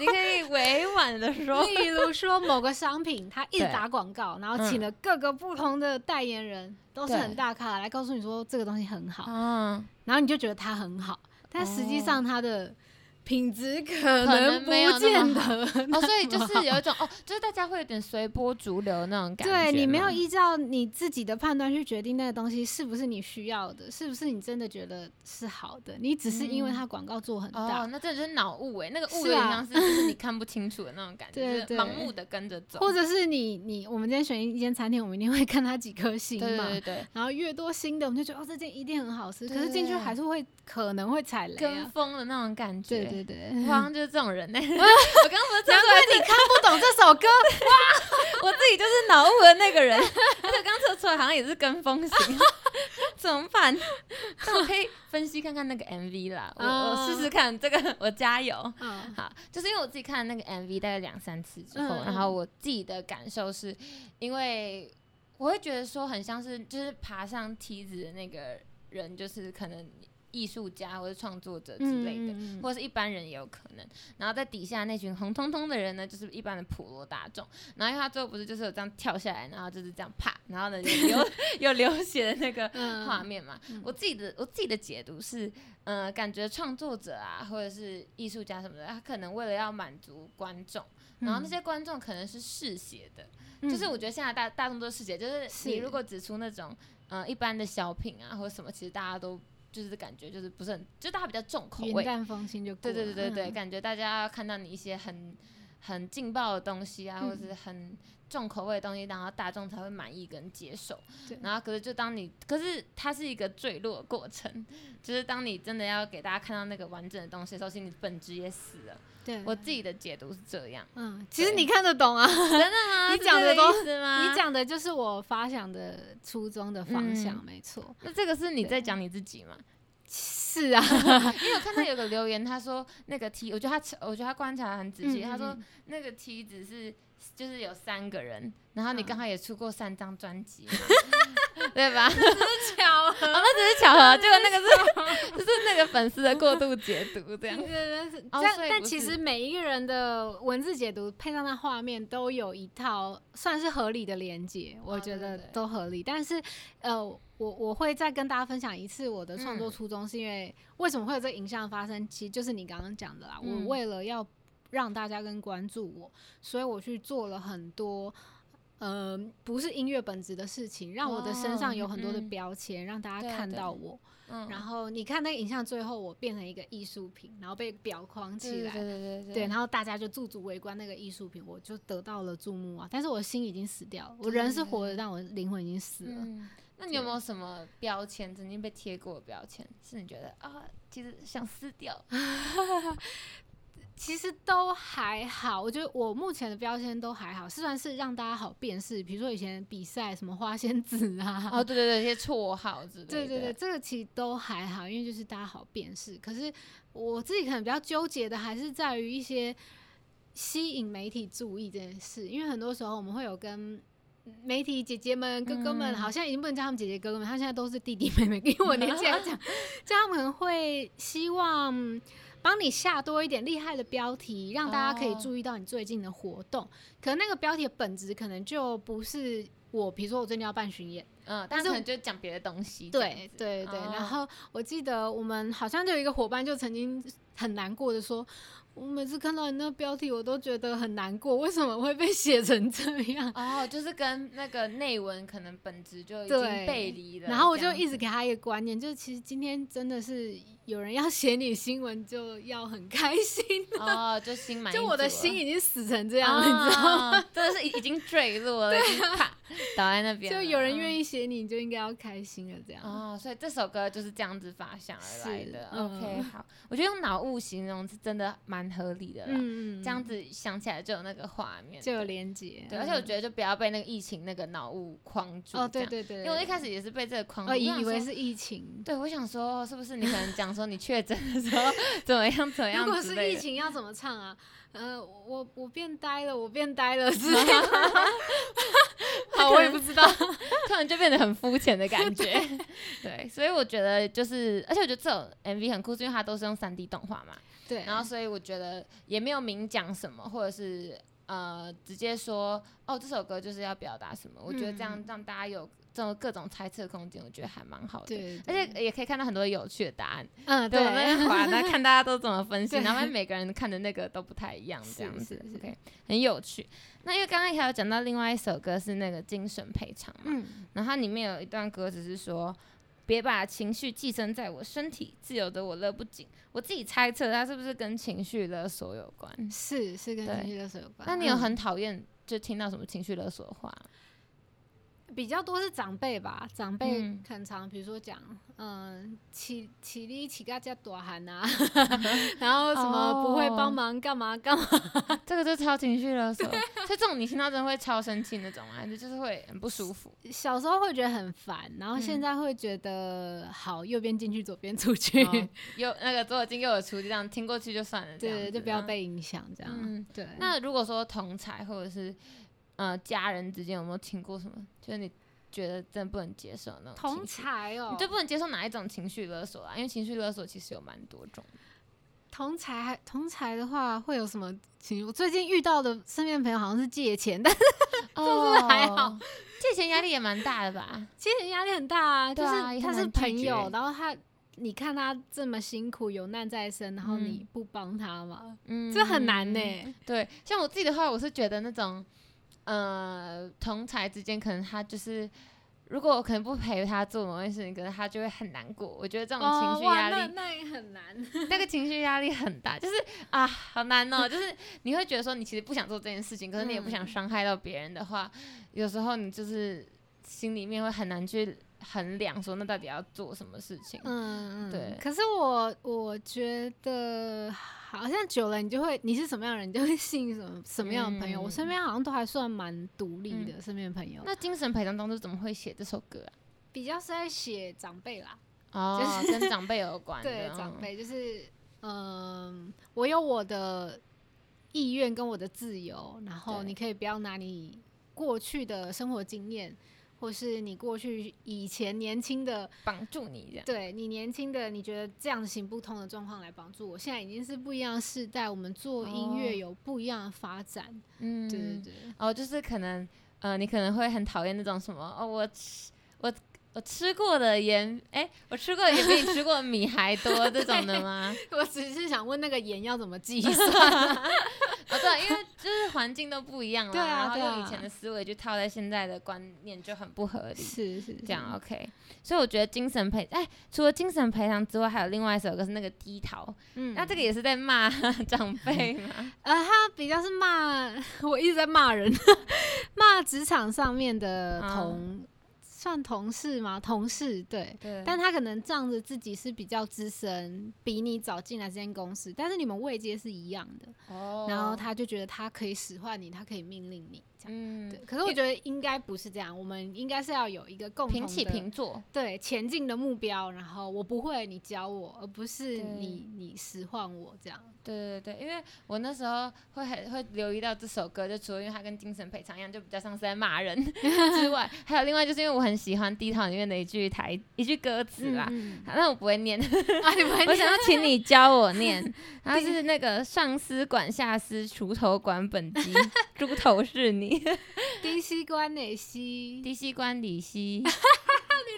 Speaker 1: 你可以委婉的
Speaker 2: *laughs*
Speaker 1: 说，
Speaker 2: 例如说某个商品，它一直
Speaker 1: 对
Speaker 2: 打广告，然后请
Speaker 1: 嗯
Speaker 2: 了各个不同的代言人，都是
Speaker 1: 对
Speaker 2: 很大咖，来告诉你说这个东西很好，
Speaker 1: 嗯，
Speaker 2: 然后你就觉得它很好，但实际
Speaker 1: 哦
Speaker 2: 上它的品质可
Speaker 1: 可能
Speaker 2: 能
Speaker 1: 没有
Speaker 2: 不
Speaker 1: 那
Speaker 2: 见
Speaker 1: 么好
Speaker 2: 得
Speaker 1: 哦，
Speaker 2: *laughs*
Speaker 1: 所以就是有一种哦，就是大家会有点随波逐流那种感觉吗。
Speaker 2: 对你没有依照你自己的判断去决定那个东西是不是你需要的，是不是你真的觉得是好的，你只是因
Speaker 1: 嗯
Speaker 2: 为它广告做很大，
Speaker 1: 哦，那真的就是脑雾哎，那个雾有
Speaker 2: 是
Speaker 1: 点
Speaker 2: 啊
Speaker 1: 像是就是你看不清楚的那种
Speaker 2: *laughs*
Speaker 1: 感
Speaker 2: 对
Speaker 1: 觉，就是
Speaker 2: 对
Speaker 1: 盲目的跟着走，
Speaker 2: 或者是你你我们今天选一间餐厅，我们一定会看它几颗星
Speaker 1: 对
Speaker 2: 嘛，
Speaker 1: 对对对，
Speaker 2: 然后越多新的，我们就觉得哦，这件一定很好吃。
Speaker 1: 对
Speaker 2: 可是进去
Speaker 1: 对
Speaker 2: 还是会可能会踩雷
Speaker 1: 跟
Speaker 2: 啊。
Speaker 1: 风的那种感觉。
Speaker 2: 对对对，
Speaker 1: 我
Speaker 2: 难
Speaker 1: 好像就是这种人呢、
Speaker 2: *laughs*
Speaker 1: 我刚刚不是测出
Speaker 2: 怪
Speaker 1: 来
Speaker 2: 你看不懂这首歌，
Speaker 1: *laughs* 我自己就是脑雾的那个人， *laughs* 而且我刚测出来好像也是跟风型， *laughs* 怎么办？ *laughs* 但我可以分析看看那个 MV 啦，我、我试试看这个，我加油。
Speaker 2: *laughs* 嗯，
Speaker 1: 好，就是因为我自己看了那个 MV 大概两三次之后，
Speaker 2: 嗯嗯
Speaker 1: 然后我自己的感受是，因为我会觉得说很像是就是爬上梯子的那个人，就是可能艺术家或者创作者之类的，
Speaker 2: 嗯嗯嗯
Speaker 1: 或者是一般人也有可能。然后在底下那群红彤彤的人呢，就是一般的普罗大众。然后因为他最后不是就是有这样跳下来，然后就是这样啪，然后呢有
Speaker 2: *laughs*
Speaker 1: 流有流血的那个
Speaker 2: 嗯
Speaker 1: 画面嘛。
Speaker 2: 嗯
Speaker 1: 我自己的我自己的解读是，呃，感觉创作者啊，或者是艺术家什么的，他可能为了要满足观众，然
Speaker 2: 嗯
Speaker 1: 后那些观众可能是嗜血的，就是我觉得现在大大众都是嗜血，就是你
Speaker 2: 是
Speaker 1: 如果指出那种呃一般的小品啊或者什么，其实大家都就是感觉就是不是很，就大家比较重口
Speaker 2: 云
Speaker 1: 味，
Speaker 2: 淡风轻就过
Speaker 1: 对
Speaker 2: 了
Speaker 1: 对对对对，
Speaker 2: 嗯
Speaker 1: 感觉大家看到你一些很很劲爆的东西啊，或
Speaker 2: 嗯
Speaker 1: 者是很重口味的东西，然后大众才会满意跟接受
Speaker 2: 对。
Speaker 1: 然后可是就当你，可是它是一个坠落的过程，就是当你真的要给大家看到那个完整的东西的时候，其实你本质也死了。
Speaker 2: 对，
Speaker 1: 我自己的解读是这
Speaker 2: *laughs*
Speaker 1: 样，
Speaker 2: 嗯，其实
Speaker 1: 对啊
Speaker 2: 你看得懂啊，
Speaker 1: 真的吗？
Speaker 2: 你
Speaker 1: 是
Speaker 2: 讲
Speaker 1: 这
Speaker 2: 的
Speaker 1: 个意
Speaker 2: 都
Speaker 1: 思吗？
Speaker 2: 你，讲的就是我发想的初衷的方向，
Speaker 1: 嗯
Speaker 2: 没错。
Speaker 1: 那这个是你
Speaker 2: 对
Speaker 1: 在讲你自己吗？
Speaker 2: 是啊， *laughs*
Speaker 1: 因为我看到有个留言，他说那个梯，我觉得他我觉得他观察得很仔细，
Speaker 2: 嗯嗯
Speaker 1: 他说
Speaker 2: 嗯
Speaker 1: 那个梯子是就是有三个人，然后你刚好也出过三张专辑嘛， *laughs* 对吧？ *laughs* 哦，
Speaker 2: 巧
Speaker 1: 那只是巧合，结果那个是 *laughs* 就是那个粉丝的过度解读这样
Speaker 2: *laughs* 对。对对，
Speaker 1: 哦
Speaker 2: 但
Speaker 1: 所以
Speaker 2: 但
Speaker 1: 不
Speaker 2: 其
Speaker 1: 是
Speaker 2: 实每一个人的文字解读配上那画面，都有一套算是合理的连接，
Speaker 1: 哦
Speaker 2: 我觉
Speaker 1: 对对
Speaker 2: 得
Speaker 1: 对
Speaker 2: 都合理。但是，呃，我我会再跟大家分享一次我的创作
Speaker 1: 嗯
Speaker 2: 初衷，是因为为什么会有这个影像发生，其实就是你刚刚讲的啦。
Speaker 1: 嗯
Speaker 2: 我为了要让大家更关注我，所以我去做了很多。呃，不是音乐本质的事情，让我的身
Speaker 1: 哦
Speaker 2: 上有很多的
Speaker 1: 嗯
Speaker 2: 标签，让大
Speaker 1: 对
Speaker 2: 家看
Speaker 1: 对
Speaker 2: 到我。
Speaker 1: 嗯
Speaker 2: 然后你看那个影像，最后我变成一个艺术品，然后被裱框起
Speaker 1: 对
Speaker 2: 来，
Speaker 1: 对对对
Speaker 2: 对，然后大家就驻足围观那个艺术品，我就得到了注目啊。但是我心已经死掉了，我人是活的，但我灵魂已经死了。
Speaker 1: 嗯，那你有没有什么标签曾经被贴过的标签，是你觉得啊，其实想撕掉？
Speaker 2: 其实都还好，我觉得我目前的标签都还好，是算是让大家好辨识。比如说以前比赛什么花仙子啊，
Speaker 1: *laughs* 哦，对对对，一些绰号之类的。
Speaker 2: 对对对，，这个其实都还好，因为就是大家好辨识。可是我自己可能比较纠结的还是在于一些吸引媒体注意这件事，因为很多时候我们会有跟媒体姐姐们、哥哥们，
Speaker 1: 嗯
Speaker 2: 好像已经不能叫他们姐姐哥哥们，他现在都是弟弟妹妹，因为我年纪
Speaker 1: *laughs*
Speaker 2: 来讲，就他们可能会希望。帮你下多一点厉害的标题，让大家可以
Speaker 1: 哦
Speaker 2: 注意到你最近的活动。可能那个标题的本质可能就不是我，比如说我最近要办巡演，
Speaker 1: 嗯，但
Speaker 2: 但
Speaker 1: 是
Speaker 2: 是
Speaker 1: 可能就讲别的东西这样
Speaker 2: 对
Speaker 1: 子。
Speaker 2: 对对，
Speaker 1: 哦
Speaker 2: 然后我记得我们好像就有一个伙伴就曾经很难过的说，我每次看到你那标题，我都觉得很难过，为什么会被写成这样？
Speaker 1: 哦，就是跟那个内文可 *laughs* 能本质就已经
Speaker 2: 对
Speaker 1: 背离了这样子。
Speaker 2: 然后我就一直给他一个观念，就是其实今天真的是有人要写你新闻，就要很开心。 *laughs*
Speaker 1: 哦，就心满意啊足
Speaker 2: 就
Speaker 1: 了，
Speaker 2: 我的心已经死成这样了，你知道吗？啊
Speaker 1: 啊，真的是已已经坠落
Speaker 2: *laughs*
Speaker 1: 了，已经啪倒在那边了，
Speaker 2: 就有人
Speaker 1: 意
Speaker 2: 愿意写你，你就应该要开心了，这样。
Speaker 1: 哦，所以这首歌就是这样子发想而来
Speaker 2: 是
Speaker 1: 的。
Speaker 2: 嗯
Speaker 1: OK，好，我觉得用脑雾形容是真的蛮合理的啦，
Speaker 2: 嗯，嗯
Speaker 1: 这样子想起来就有那个画面，
Speaker 2: 就有连结。
Speaker 1: 对，而且我觉得就不要被那个疫情那个脑雾框住，
Speaker 2: 得哦，对，对对，
Speaker 1: 因为我一开始也是被这个框住，
Speaker 2: 哦
Speaker 1: 我
Speaker 2: 以
Speaker 1: 想
Speaker 2: 以为
Speaker 1: 说
Speaker 2: 是疫情。
Speaker 1: 对，我想说，是不是你可能讲说你确诊的时
Speaker 2: *laughs*
Speaker 1: 候怎么样怎么样
Speaker 2: 如果
Speaker 1: 之
Speaker 2: 是
Speaker 1: 类
Speaker 2: 疫
Speaker 1: 的，
Speaker 2: 情要怎么唱啊？呃，我我变呆了，我变
Speaker 1: *laughs*
Speaker 2: 呆了之类的。好，我也不知道。
Speaker 1: 突然就变得很肤浅的感觉。对，所以我觉得就是，而且我觉得这种 MV 很酷，是因为它都是用3 D 动画嘛，
Speaker 2: 对，
Speaker 1: 然后所以我觉得也没有明讲什么，或者是呃直接说哦这首歌就是要表达什么，我觉得这样
Speaker 2: 嗯
Speaker 1: 让大家有这种各种猜测空间，我觉得还蛮好的。
Speaker 2: 对，
Speaker 1: 而且
Speaker 2: 对
Speaker 1: 也可以看到很多有趣的答案，*laughs*
Speaker 2: 嗯，
Speaker 1: 对，我在那边滑，那看大家都怎么分析，
Speaker 2: 对
Speaker 1: 然后每个人看的那个都不太一样， *laughs* 这
Speaker 2: 是
Speaker 1: 样子
Speaker 2: 是是
Speaker 1: ，OK，很有趣。那因为刚刚还有讲到另外一首歌是那个精神赔偿嘛，
Speaker 2: 嗯，
Speaker 1: 然后它里面有一段歌词是说。别把情绪寄生在我身体，自由的我勒不紧。我自己猜测它是不是跟情绪勒索有关？
Speaker 2: 是是跟
Speaker 1: 对
Speaker 2: 情绪勒索有关。
Speaker 1: 那你有
Speaker 2: 嗯
Speaker 1: 很讨厌就听到什么情绪勒索的话？
Speaker 2: 比较多是长辈吧，长辈
Speaker 1: 嗯
Speaker 2: 很常，比如说讲，嗯，起起立起嘎加躲
Speaker 1: *laughs*
Speaker 2: 寒啊，然后什么不会
Speaker 1: 哦
Speaker 2: 帮忙干嘛干嘛，
Speaker 1: *laughs*
Speaker 2: *laughs*
Speaker 1: 这个就超情绪勒索，所以 *laughs* 这种你听到真的会超生气那种啊，就就是会很不舒服。
Speaker 2: 小时候会觉得很烦，然
Speaker 1: 嗯
Speaker 2: 后现在会觉得、好，右边进去，左边出去， *laughs*
Speaker 1: 哦 *laughs* 右那个左耳进右耳出，就这样听过去就算了，这样
Speaker 2: 对，
Speaker 1: 子
Speaker 2: 就不要
Speaker 1: 嗯
Speaker 2: 被影响这样。
Speaker 1: 嗯
Speaker 2: 对，
Speaker 1: 那如果说同才或者是呃家人之间有没有听过什么，就是你觉得真的不能接受的那种
Speaker 2: 同
Speaker 1: 情绪
Speaker 2: 才哦
Speaker 1: 你，最不能接受哪一种情绪勒索啊？因为情绪勒索其实有蛮多种。
Speaker 2: 同才还同才的话会有什么情？我最近遇到的身边朋友好像是借钱，但是
Speaker 1: 哦，
Speaker 2: 还 *laughs* 好，
Speaker 1: 借钱压力也蛮大的吧？
Speaker 2: 借钱压力很大啊，就
Speaker 1: 对啊
Speaker 2: 是
Speaker 1: 也
Speaker 2: 他
Speaker 1: 很
Speaker 2: 是
Speaker 1: 难拒
Speaker 2: 朋友
Speaker 1: 绝，
Speaker 2: 然后他。你看他这么辛苦，有难在身，然后
Speaker 1: 嗯
Speaker 2: 你不帮他吗？
Speaker 1: 嗯，
Speaker 2: *laughs* 这很难呢、
Speaker 1: 对，像我自己的话，我是觉得那种，呃，同才之间可能他就是，如果我可能不陪他做某件事情，可能他就会很难过。我觉嗯得这种情绪
Speaker 2: 哦哇
Speaker 1: 压
Speaker 2: 那
Speaker 1: 力，
Speaker 2: 那也
Speaker 1: *laughs*
Speaker 2: 很难。
Speaker 1: 那个情绪压力很大，就是啊，好难哦。就是你会觉得说，你其实不想做这件事情，可是你也不想
Speaker 2: 嗯
Speaker 1: 伤害到别人的话，有时候你就是心里面会很难去衡量说，那到底要做什么事情。
Speaker 2: 嗯，嗯
Speaker 1: 对
Speaker 2: 可是我我觉得好像久了，你就会你是什么样的人，你就会吸引什么什么样的朋友。
Speaker 1: 嗯
Speaker 2: 我身边好像都还算蛮独立的，身边的朋友
Speaker 1: 那精神陪同当中怎么会写这首歌啊？
Speaker 2: 比较是在写长辈啦，
Speaker 1: 哦，跟长辈有
Speaker 2: *laughs*
Speaker 1: 关的，
Speaker 2: 对长
Speaker 1: 嗯
Speaker 2: 辈就是嗯，我有我的意愿跟我的自由，然后
Speaker 1: 对
Speaker 2: 你可以不要拿你过去的生活经验。或是你过去以前年轻的
Speaker 1: 绑住你这样。
Speaker 2: 对你年轻的，你觉得这样行不通的状况来帮助我。现在已经是不一样的世代，我们做音
Speaker 1: 哦
Speaker 2: 乐有不一样的发展。
Speaker 1: 嗯，
Speaker 2: 对对 *laughs* 对，
Speaker 1: 哦，就是可能，呃，你可能会很讨厌那种什么，哦，我吃我我吃过的盐，哎、我吃过的盐比你吃过的米还多这种的吗？
Speaker 2: 我只是想问那个盐要怎么
Speaker 1: *laughs*
Speaker 2: 计算？
Speaker 1: 哦，对，因为就是环境都不一样了，
Speaker 2: 对啊
Speaker 1: 然后
Speaker 2: 对
Speaker 1: 用以
Speaker 2: 啊
Speaker 1: 前的思维去套在现在的观念就很不合理。
Speaker 2: 是是
Speaker 1: 这样 OK，所以我觉得精神陪哎，除了精神陪偿之外，还有另外一首歌是那个低逃，
Speaker 2: 嗯，
Speaker 1: 那这个也是在骂 *laughs* 长辈嘛？
Speaker 2: 呃，他比较是骂， *laughs* 我一直在骂人， *laughs* 骂职场上面的
Speaker 1: 啊
Speaker 2: 同、算同事吗？同事对。
Speaker 1: *laughs* 对
Speaker 2: 但他可能仗着自己是比较资深，比你早进来这间公司，但是你们位阶是一样的，
Speaker 1: 哦
Speaker 2: 然后他就觉得他可以使唤你，他可以命令你这样。
Speaker 1: 嗯
Speaker 2: 对，，可是我觉得应该不是这样，我们应该是要有一个共同
Speaker 1: 平
Speaker 2: 的
Speaker 1: 起平坐，
Speaker 2: 对前进的目标，然后我不会，你教我，而不是
Speaker 1: 对
Speaker 2: 你你使唤我这样。
Speaker 1: 对对对，因为我那时候会很会留意到这首歌，就除了因为它跟精神赔偿一样，就比较像是在骂 *laughs* 人之外，还有另外就是因为我很喜欢《低堂》里面的一句台一句歌词啦， *laughs*
Speaker 2: 嗯
Speaker 1: 好那我不会念，
Speaker 2: 嗯啊，
Speaker 1: *laughs*
Speaker 2: 你们
Speaker 1: 我想要请你教我 *laughs* 念，它是那个上司管下司，锄头管本机，猪头是你，
Speaker 2: 低西关哪西？
Speaker 1: *laughs* 低西关里西。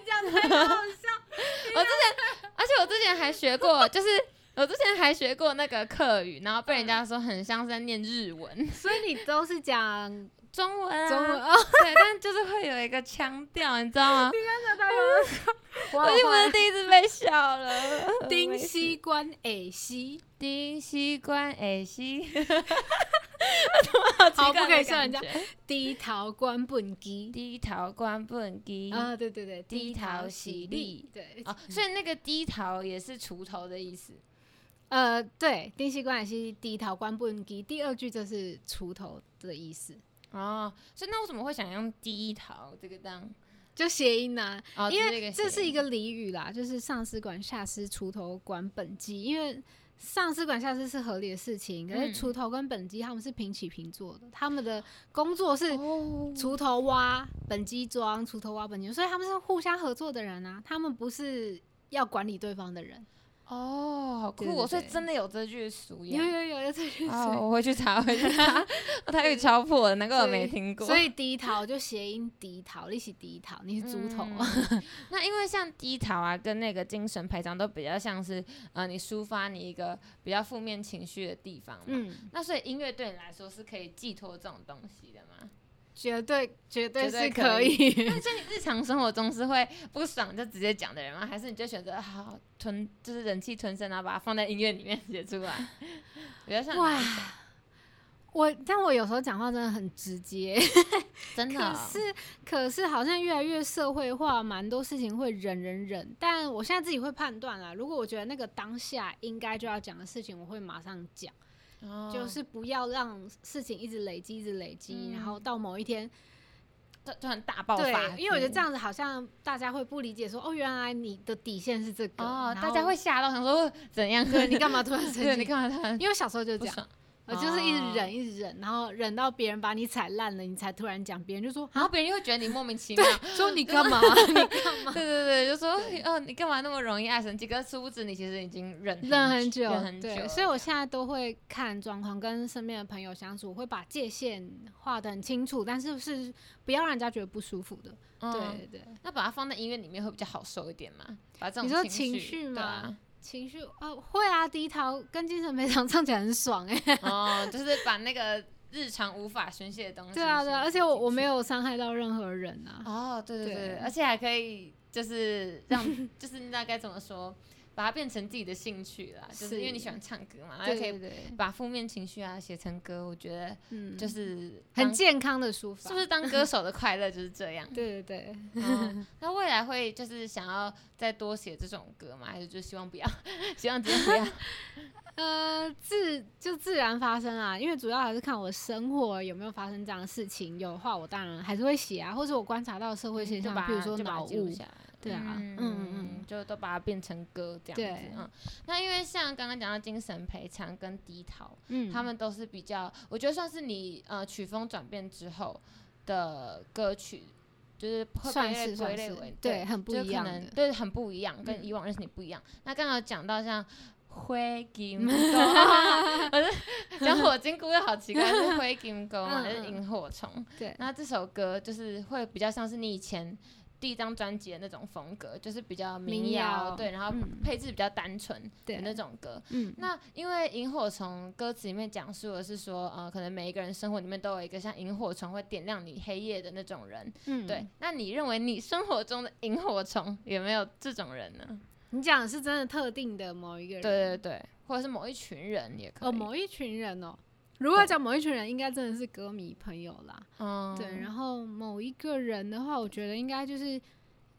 Speaker 2: 这样太好笑。
Speaker 1: 而且我之前还学过，就是我之前还学过那个客语，然后被人家说很像是在念日文、
Speaker 2: 所以你都是讲
Speaker 1: 中文啊、
Speaker 2: 中文哦，
Speaker 1: 对，但就是会有一个腔调，你知道吗？
Speaker 2: 真的太好笑。我
Speaker 1: *laughs* 我
Speaker 2: 有
Speaker 1: 就不
Speaker 2: 画
Speaker 1: 是第一次被笑 *laughs* 了。
Speaker 2: 丁西关哎 A 西，
Speaker 1: 丁西关诶西，
Speaker 2: 好
Speaker 1: 奇
Speaker 2: 不
Speaker 1: 怪
Speaker 2: 可以
Speaker 1: 的
Speaker 2: 笑人家
Speaker 1: 感觉。 *laughs*
Speaker 2: 低头关本基
Speaker 1: 低头关笨鸡
Speaker 2: 啊，对对对，
Speaker 1: 低头洗力
Speaker 2: 对，
Speaker 1: 哦，所以那个低头也是锄头的意思。
Speaker 2: 呃，对，丁西关 A 西低头关本基，第二句就是锄头的意思，
Speaker 1: 哦，所以那为什么会想用低头这个当？
Speaker 2: 就谐音啊呐、
Speaker 1: 哦，
Speaker 2: 因
Speaker 1: 这
Speaker 2: 为
Speaker 1: 个
Speaker 2: 这
Speaker 1: 谐
Speaker 2: 是一
Speaker 1: 音
Speaker 2: 个俚语啦，就是上司管下司，锄头管本机。因为上司管下司是合理的事情，可
Speaker 1: 嗯
Speaker 2: 是锄头跟本机他们是平起平坐的，他们的工作是
Speaker 1: 哦
Speaker 2: 锄头挖本机装，锄头挖本机装，所以他们是互相合作的人啊，他们不是要管理对方的人。
Speaker 1: 哦，好酷、
Speaker 2: 对
Speaker 1: 哦！
Speaker 2: 对
Speaker 1: 所以
Speaker 2: 对
Speaker 1: 真的有这句俗
Speaker 2: 有
Speaker 1: 语。
Speaker 2: 有有有这句
Speaker 1: 啊、
Speaker 2: 俗语
Speaker 1: 我回去查，回去 *laughs* 查，我台语超破的，难怪我没听过。
Speaker 2: 所以低头就谐音低头，你是低头，你是
Speaker 1: *laughs*
Speaker 2: 猪头。
Speaker 1: 嗯那因为像低潮啊，跟那个精神赔偿都比较像是，呃，你抒发你一个比较负面情绪的地方嘛。
Speaker 2: *laughs* 嗯
Speaker 1: 那所以音乐对你来说是可以寄托这种东西的吗？
Speaker 2: 绝对绝对
Speaker 1: 绝对
Speaker 2: 是
Speaker 1: 可
Speaker 2: 可以。
Speaker 1: 那所以你日常生活中是会不爽就直接讲的人吗？还是你就选择啊好好吞，就是忍气吞声，然后把它放在音乐里面写出来？比较像
Speaker 2: 哇，我但我有时候讲话真的很直接，
Speaker 1: 真的
Speaker 2: *laughs* 可
Speaker 1: 哦、
Speaker 2: 是可是好像越来越社会化，蛮多事情会忍忍忍。但我现在自己会判断啦，如果我觉得那个当下应该就要讲的事情，我会马上讲，
Speaker 1: 哦
Speaker 2: 就是不要让事情一直累积，一直累积，
Speaker 1: 嗯
Speaker 2: 然后到某一天，
Speaker 1: 突突然大爆
Speaker 2: 对
Speaker 1: 发，，
Speaker 2: 因为我觉得这。样子好像大家会不理解说，哦，原来你的底线是这个，
Speaker 1: 哦，
Speaker 2: 然
Speaker 1: 大家
Speaker 2: 后
Speaker 1: 会吓到，想说呃怎样？
Speaker 2: 对
Speaker 1: *laughs*
Speaker 2: 你干嘛突然生
Speaker 1: 对，
Speaker 2: 气？
Speaker 1: 你干嘛突然
Speaker 2: 因为我小时候就这
Speaker 1: 不
Speaker 2: 样。
Speaker 1: 爽？
Speaker 2: 我呃就是一直
Speaker 1: 哦
Speaker 2: 忍，一直忍，然后忍到别人把你踩烂了，你才突然讲，别人就
Speaker 1: *laughs*
Speaker 2: 说
Speaker 1: 然后
Speaker 2: 啊，
Speaker 1: 别人又觉得你莫名
Speaker 2: *laughs*
Speaker 1: 其妙，
Speaker 2: 说你干嘛？
Speaker 1: *laughs*
Speaker 2: 你干嘛？
Speaker 1: 对对对，就说哦，你干嘛那么容易爱生气？可是殊不知你其实已经忍
Speaker 2: 忍很久，
Speaker 1: 忍很久了
Speaker 2: 对，所以我现在都会看状况，跟身边的朋友相处，我会把界限画得很清楚，但是是不要让人家觉得不舒服的。
Speaker 1: 嗯
Speaker 2: 对对对，
Speaker 1: 那把它放在音乐里面会比较好受一点嘛？把这种
Speaker 2: 你说
Speaker 1: 情
Speaker 2: 情绪
Speaker 1: 对啊
Speaker 2: 吗，情绪啊，会啊，低头跟精神赔偿 *laughs* 唱起来很爽哎、
Speaker 1: 哦，就是把那个日常无法宣泄的东西。
Speaker 2: 对啊对啊，而且我我没
Speaker 1: 有。
Speaker 2: 有伤害到任何人啊。
Speaker 1: 哦，对对对，
Speaker 2: 对
Speaker 1: 而且还可以就是让，就是大概怎么说，把它变成自己的兴趣啦，就是
Speaker 2: 是
Speaker 1: 因为你喜欢唱歌嘛，然后又
Speaker 2: 对
Speaker 1: 可以
Speaker 2: 对对，
Speaker 1: 把负面情绪啊写成歌，我觉得
Speaker 2: 嗯，
Speaker 1: 就是当、
Speaker 2: 很健康的抒发，
Speaker 1: 是不是？当歌手的快乐就是这样？
Speaker 2: 对对对。 *laughs*
Speaker 1: 哦那未来会就是想要再多写这种歌吗？还是就希望不要， *laughs* 希望真的不要？
Speaker 2: 呃，自就自然发生啊，因为主要还是看我生活有没有发生这样的事情，有的话我当然还是会写啊，或者我观察到社会现
Speaker 1: 就
Speaker 2: 象，
Speaker 1: 把
Speaker 2: 比如
Speaker 1: 它
Speaker 2: 说
Speaker 1: 就把它
Speaker 2: 脑
Speaker 1: 记录
Speaker 2: 雾，
Speaker 1: 下来。
Speaker 2: 对啊
Speaker 1: 嗯
Speaker 2: 嗯嗯
Speaker 1: 嗯，就都把它变成歌这样子
Speaker 2: 对。
Speaker 1: 嗯，那因为像刚刚讲到精神赔偿跟低逃，
Speaker 2: 嗯，
Speaker 1: 他们都是比较，我觉得算是你呃曲风转变之后的歌曲，就是会
Speaker 2: 算
Speaker 1: 被
Speaker 2: 是
Speaker 1: 归
Speaker 2: 算
Speaker 1: 类
Speaker 2: 是
Speaker 1: 为
Speaker 2: 对，很不
Speaker 1: 就
Speaker 2: 一
Speaker 1: 可
Speaker 2: 样
Speaker 1: 能
Speaker 2: 的，
Speaker 1: 对很不一样，跟
Speaker 2: 嗯
Speaker 1: 以往认识你不一样。那刚刚有讲到像灰
Speaker 2: *laughs*
Speaker 1: 金钩，我是 *laughs* 讲火金菇又好奇怪，是灰金钩嘛，
Speaker 2: *laughs* 嗯
Speaker 1: 就是
Speaker 2: 嗯
Speaker 1: 萤火虫。
Speaker 2: 对
Speaker 1: 那这首歌就是会比较像是你以前第一张专辑的那种风格，就是比较民
Speaker 2: 民
Speaker 1: 谣
Speaker 2: 谣
Speaker 1: 对，然后
Speaker 2: 嗯
Speaker 1: 配置比较单纯的
Speaker 2: 对
Speaker 1: 那种歌。
Speaker 2: 嗯，
Speaker 1: 那因为萤火虫歌词里面讲述的是说，呃，可能每一个人生活里面都有一个像萤火虫会点亮你黑夜的那种人。
Speaker 2: 嗯
Speaker 1: 对，，那你认为你生活中的萤火虫有没有这种人呢？
Speaker 2: 你讲的是真的特定的某一个人，
Speaker 1: 对对对，或者是某一群人也可以。
Speaker 2: 哦，某一群人哦。如果讲某一群人，应该真的是歌迷朋友啦。
Speaker 1: 嗯
Speaker 2: 对，然后某一个人的话，我觉得应该就是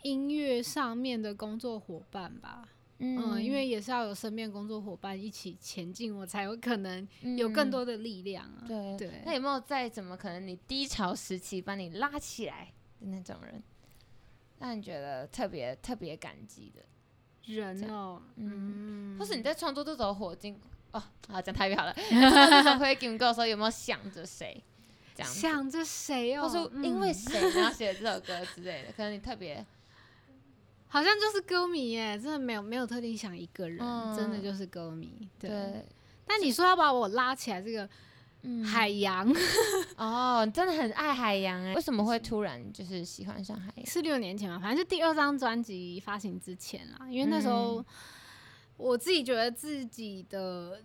Speaker 2: 音乐上面的工作伙伴吧。嗯，因为也是要有身边工作伙伴一起前进，我才有可能有更、多的力量啊。
Speaker 1: 嗯对
Speaker 2: 对
Speaker 1: 那有没有在怎么可能你低潮时期把你拉起来的那种人，让你觉得特别特别感激的？这
Speaker 2: 人哦，嗯，
Speaker 1: 或是你在创作这首火金哦，好讲台语
Speaker 2: *laughs*
Speaker 1: 好了。创作这首灰金歌的时候有没有想着谁？这样子，
Speaker 2: 想着谁
Speaker 1: 或
Speaker 2: 哦？
Speaker 1: 是因为
Speaker 2: 嗯
Speaker 1: 谁然后写了这首歌之类的，可能你特别
Speaker 2: 好像就是歌迷耶，真的没有没有特定想一个人，真的
Speaker 1: 嗯
Speaker 2: 就是歌迷。 *laughs* 对，
Speaker 1: 对，
Speaker 2: 但你说要把我拉起来，这个
Speaker 1: 嗯
Speaker 2: 海洋 *laughs*
Speaker 1: 哦，你真的很爱海洋哎，为什么会突然就是喜欢上海洋？
Speaker 2: 是六年前嘛，反正就第二张专辑发行之前啦，因为那时候
Speaker 1: 嗯
Speaker 2: 我自己觉得自己的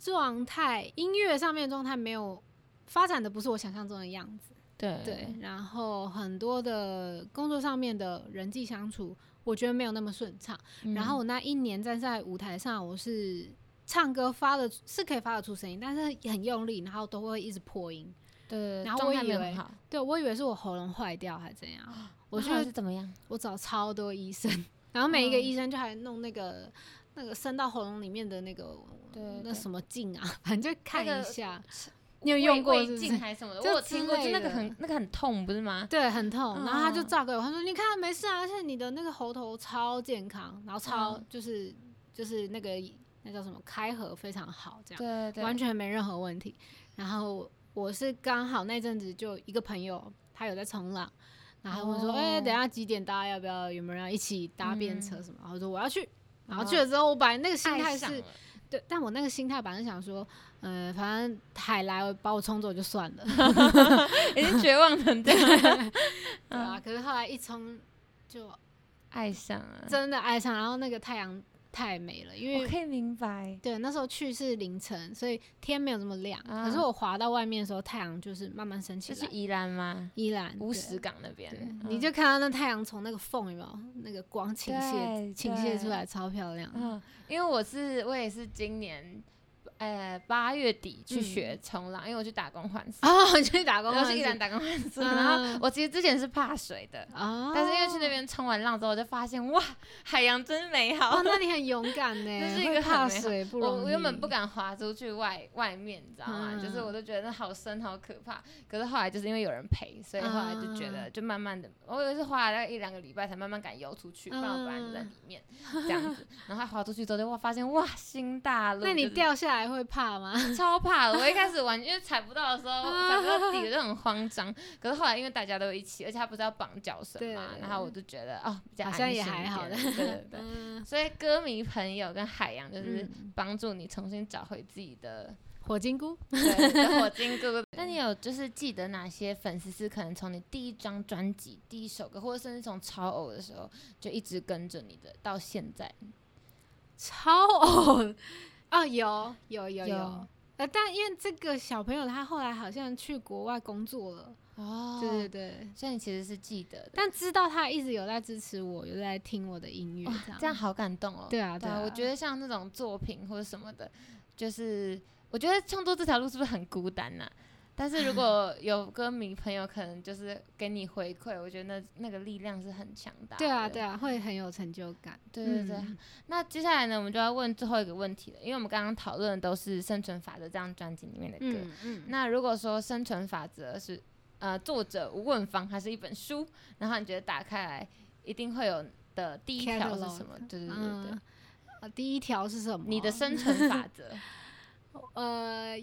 Speaker 2: 状态，音乐上面的状态没有发展的不是我想象中的样子。
Speaker 1: 对
Speaker 2: 对，然后很多的工作上面的人际相处，我觉得没有那么顺畅。
Speaker 1: 嗯
Speaker 2: 然后我那一年站在舞台上，我是唱歌发的是可以发得出声音，但是很用力，然后都会一直破音。
Speaker 1: 对，
Speaker 2: 然后
Speaker 1: 状
Speaker 2: 我
Speaker 1: 态
Speaker 2: 以
Speaker 1: 没有
Speaker 2: 为
Speaker 1: 很好，
Speaker 2: 对我以为是我喉咙坏掉还是怎样，我
Speaker 1: 那
Speaker 2: 去
Speaker 1: 后来是怎么样？
Speaker 2: 我找超多医生，然后每一个
Speaker 1: 嗯
Speaker 2: 医生就还弄那个那个伸到喉咙里面的那个
Speaker 1: 对
Speaker 2: 那
Speaker 1: 对
Speaker 2: 什么镜啊，反正就看
Speaker 1: 个
Speaker 2: 一下。你有用
Speaker 1: 胃
Speaker 2: 过
Speaker 1: 胃
Speaker 2: 是不
Speaker 1: 镜
Speaker 2: 是？
Speaker 1: 还是什么的？我
Speaker 2: 就
Speaker 1: 有听过，
Speaker 2: 之
Speaker 1: 就那
Speaker 2: 类
Speaker 1: 个
Speaker 2: 的
Speaker 1: 很那个很痛，不是吗？
Speaker 2: 对，很痛。然后他就
Speaker 1: 嗯
Speaker 2: 照给我，他说：“你看没事啊，而且你的那个喉头超健康，然后超、
Speaker 1: 嗯
Speaker 2: 就是就是那个那叫什么开合非常好，这样
Speaker 1: 对对，
Speaker 2: 完全没任何问题。”然后我是刚好那阵子就一个朋友他有在冲浪，然后我说：“
Speaker 1: 哦
Speaker 2: 哎、等一下几点大家要不要有没有人要一起搭便车
Speaker 1: 嗯
Speaker 2: 什么？”然后我说：“我要去。”然后
Speaker 1: 哦
Speaker 2: 去了之后，我本来那个心
Speaker 1: 爱
Speaker 2: 态
Speaker 1: 上
Speaker 2: 是
Speaker 1: 了
Speaker 2: 对，但我那个心态本来是想说，呃，反正海来把我冲走就算
Speaker 1: *laughs*
Speaker 2: 了， *laughs*
Speaker 1: 已经绝望 *laughs* 成这样，
Speaker 2: 对啊。
Speaker 1: 嗯
Speaker 2: 可是后来一冲就
Speaker 1: 爱上了，
Speaker 2: 真的爱上，然后那个太阳 *laughs* 太美了，因
Speaker 1: 我
Speaker 2: 为
Speaker 1: 可以明白。
Speaker 2: 对那时候去是凌晨，所以天没有这么亮。
Speaker 1: 啊
Speaker 2: 可是我滑到外面的时候，太阳就是慢慢升起
Speaker 1: 这是
Speaker 2: 来，
Speaker 1: 宜兰吗？
Speaker 2: 依然
Speaker 1: 乌
Speaker 2: 对
Speaker 1: 石港那
Speaker 2: 嗯对
Speaker 1: 边，
Speaker 2: 你
Speaker 1: 嗯
Speaker 2: 就看到那太阳从那个缝有没有那个光倾
Speaker 1: 对
Speaker 2: 泻倾
Speaker 1: 对
Speaker 2: 泻出来，超漂亮。
Speaker 1: 嗯，因为我是我也是今年。呃，八月底去
Speaker 2: 嗯
Speaker 1: 学冲浪，因为我去打工换宿，
Speaker 2: *laughs* 哦，你去打工
Speaker 1: 我
Speaker 2: 换
Speaker 1: 去宜
Speaker 2: 宿
Speaker 1: 兰打工换宿，
Speaker 2: 嗯
Speaker 1: 然后我其实之前是怕水的，
Speaker 2: 哦，
Speaker 1: 但是因为去那边冲完浪之后，我就发现哇，海洋真美好
Speaker 2: 哦，。那你很勇敢呢，
Speaker 1: *laughs* 这是一
Speaker 2: 会
Speaker 1: 个很
Speaker 2: 怕
Speaker 1: 美好
Speaker 2: 水不
Speaker 1: 我
Speaker 2: 容易。
Speaker 1: 我原本不敢滑出去外外面，你知道吗？
Speaker 2: 嗯
Speaker 1: 就是我都觉得那好深好可怕。可是后来就是因为有人陪，所以后来就觉得
Speaker 2: 啊
Speaker 1: 就慢慢的，我也是花了大概一两个礼拜才慢慢敢游出去，不然我本来就
Speaker 2: 嗯
Speaker 1: 在里面这样子。然后滑出去之后就哇，发现哇新大陆，
Speaker 2: 那你
Speaker 1: 就是
Speaker 2: 掉下来会怕吗？
Speaker 1: 超怕的，我一开始玩，因为踩不到的时候，踩不
Speaker 2: *laughs*
Speaker 1: 到底我就很慌张。可是后来因为大家都一起，而且他不是要绑脚绳嘛，
Speaker 2: 对
Speaker 1: 然后我就觉得哦，比较
Speaker 2: 好
Speaker 1: 安
Speaker 2: 像
Speaker 1: 心
Speaker 2: 也
Speaker 1: 一
Speaker 2: 还好
Speaker 1: 点对对
Speaker 2: *laughs*
Speaker 1: 对。
Speaker 2: 嗯，
Speaker 1: 所以歌迷朋友跟海洋就是
Speaker 2: 嗯
Speaker 1: 帮助你重新找回自己 *laughs* 的、
Speaker 2: 火金菇。
Speaker 1: 对的火金哥。那你有就是记得哪些粉丝是可能从你第一张专辑、第一首歌，或者甚至从超偶的时候就一直跟着你的到现在？
Speaker 2: 超偶 *laughs* 哦，有有
Speaker 1: 有
Speaker 2: 有有，呃，但因为这个小朋友他后来好像去国外工作了，
Speaker 1: 哦
Speaker 2: 对对对，
Speaker 1: 所以你其实是记得的。
Speaker 2: 但知道他一直有在支持我，有在听我的音乐
Speaker 1: 哇，
Speaker 2: 这样，
Speaker 1: 这样好感动哦。
Speaker 2: *laughs* 对啊
Speaker 1: 对
Speaker 2: 啊
Speaker 1: 啊，，我觉得像那种作品或者什么的，就是我觉得创作这条路是不是很孤单呐、但是
Speaker 2: *laughs*
Speaker 1: 如果有歌迷朋友可能就是给你回馈，我觉得那那个力量是很强大的。
Speaker 2: 对啊对啊，会很有成就感，
Speaker 1: 对对对
Speaker 2: 嗯
Speaker 1: *laughs* 那接下来呢，我们就要问最后一个问题了，因为我们刚刚讨论的都是《生存法则》这张专辑里面的歌。
Speaker 2: 嗯嗯，
Speaker 1: 那如果说《生存法则》是呃作者吴问芳，它是一本书，然后你觉得打开来一定会有的第一条是什么？对对对对对
Speaker 2: 嗯。呃第一条是什么？
Speaker 1: 你的生存法则。
Speaker 2: 呃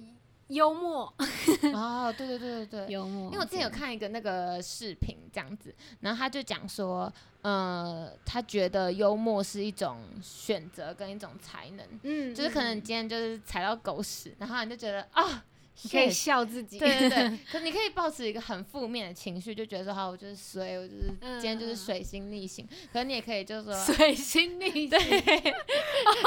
Speaker 2: 幽默， *laughs*
Speaker 1: 哦，对对对对对。
Speaker 2: 幽默，
Speaker 1: 因为我之前有看一个那个视频这样子，然后他就讲说，呃，他觉得幽默是一种选择跟一种才能，
Speaker 2: 嗯，
Speaker 1: *laughs*
Speaker 2: 嗯，
Speaker 1: 就是可能你
Speaker 2: 嗯
Speaker 1: 今天就是踩到狗屎，然后你就觉得啊，
Speaker 2: 你可以
Speaker 1: shit
Speaker 2: 笑自己， *laughs*
Speaker 1: 对对对，可你可以保持一个很负面的情绪，就觉得说好，我就是衰，我就是今天就是
Speaker 2: 嗯
Speaker 1: 水星逆行。可你也可以就是
Speaker 2: *laughs*
Speaker 1: 说，
Speaker 2: 水星逆
Speaker 1: 对
Speaker 2: 行，，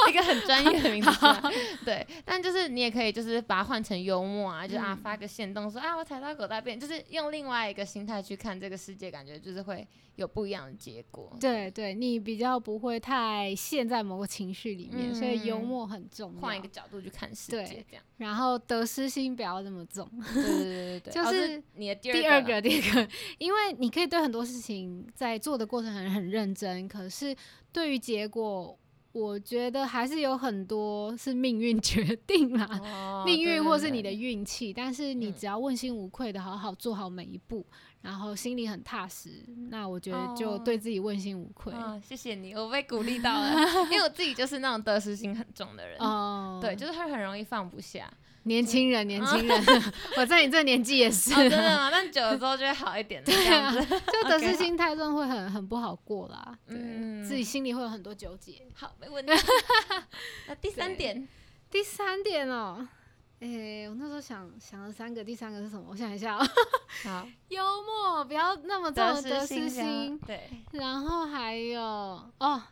Speaker 1: 一个很专业的
Speaker 2: *laughs*
Speaker 1: 名字出来。对，但就是你也可以就是把它换成幽默啊，就
Speaker 2: 嗯
Speaker 1: 啊发个线动说啊我踩到狗大便，就是用另外一个心态去看这个世界，感觉就是会有不一样的结果。
Speaker 2: 对对，你比较不会太陷在某个情绪里面，所以幽
Speaker 1: 嗯
Speaker 2: 默很重要。
Speaker 1: 换一个，角度去看世界
Speaker 2: 对，
Speaker 1: 这样。
Speaker 2: 然后得失心不要那么重。
Speaker 1: 对对对对 *laughs* 对，
Speaker 2: 就
Speaker 1: 哦
Speaker 2: 是
Speaker 1: 你的第
Speaker 2: 第
Speaker 1: 二
Speaker 2: 二
Speaker 1: 个啦
Speaker 2: 个，第二个，因为你可以对很多事情在做的过程很很认真，可是对于结果，我觉得还是有很多是命运 *laughs* 决定啦。
Speaker 1: 哦
Speaker 2: 命
Speaker 1: 对对
Speaker 2: 运或是你的
Speaker 1: 对
Speaker 2: 运气，但是你
Speaker 1: 嗯
Speaker 2: 只要问心无愧的好好做好每一步，然后心里很踏实，那我觉得就
Speaker 1: 哦
Speaker 2: 对自己问心无愧。
Speaker 1: 啊，谢谢你，我被鼓励到
Speaker 2: *laughs*
Speaker 1: 了，因为我自己就是那种得失心很重的人，
Speaker 2: 哦，
Speaker 1: 嗯对，就是会很容易放不
Speaker 2: *laughs*
Speaker 1: 下。
Speaker 2: 年轻人，年轻人， *laughs* 我在你这年纪也是
Speaker 1: 哦，，真的吗？但久了之后就会好一点的，这样子。
Speaker 2: *laughs* 就得失心太重会很很不好过啦，
Speaker 1: 嗯
Speaker 2: 嗯，自己心里会有很多纠结。
Speaker 1: 好，没
Speaker 2: *laughs*
Speaker 1: 问题。那第三
Speaker 2: 对
Speaker 1: 点，
Speaker 2: 第三点哦，诶、我那时候想想了三个，第三个是什么？我想一 *laughs* 下、哦，
Speaker 1: 好，
Speaker 2: 幽默，不要那么重的得失心，
Speaker 1: 对，
Speaker 2: 然后还有哦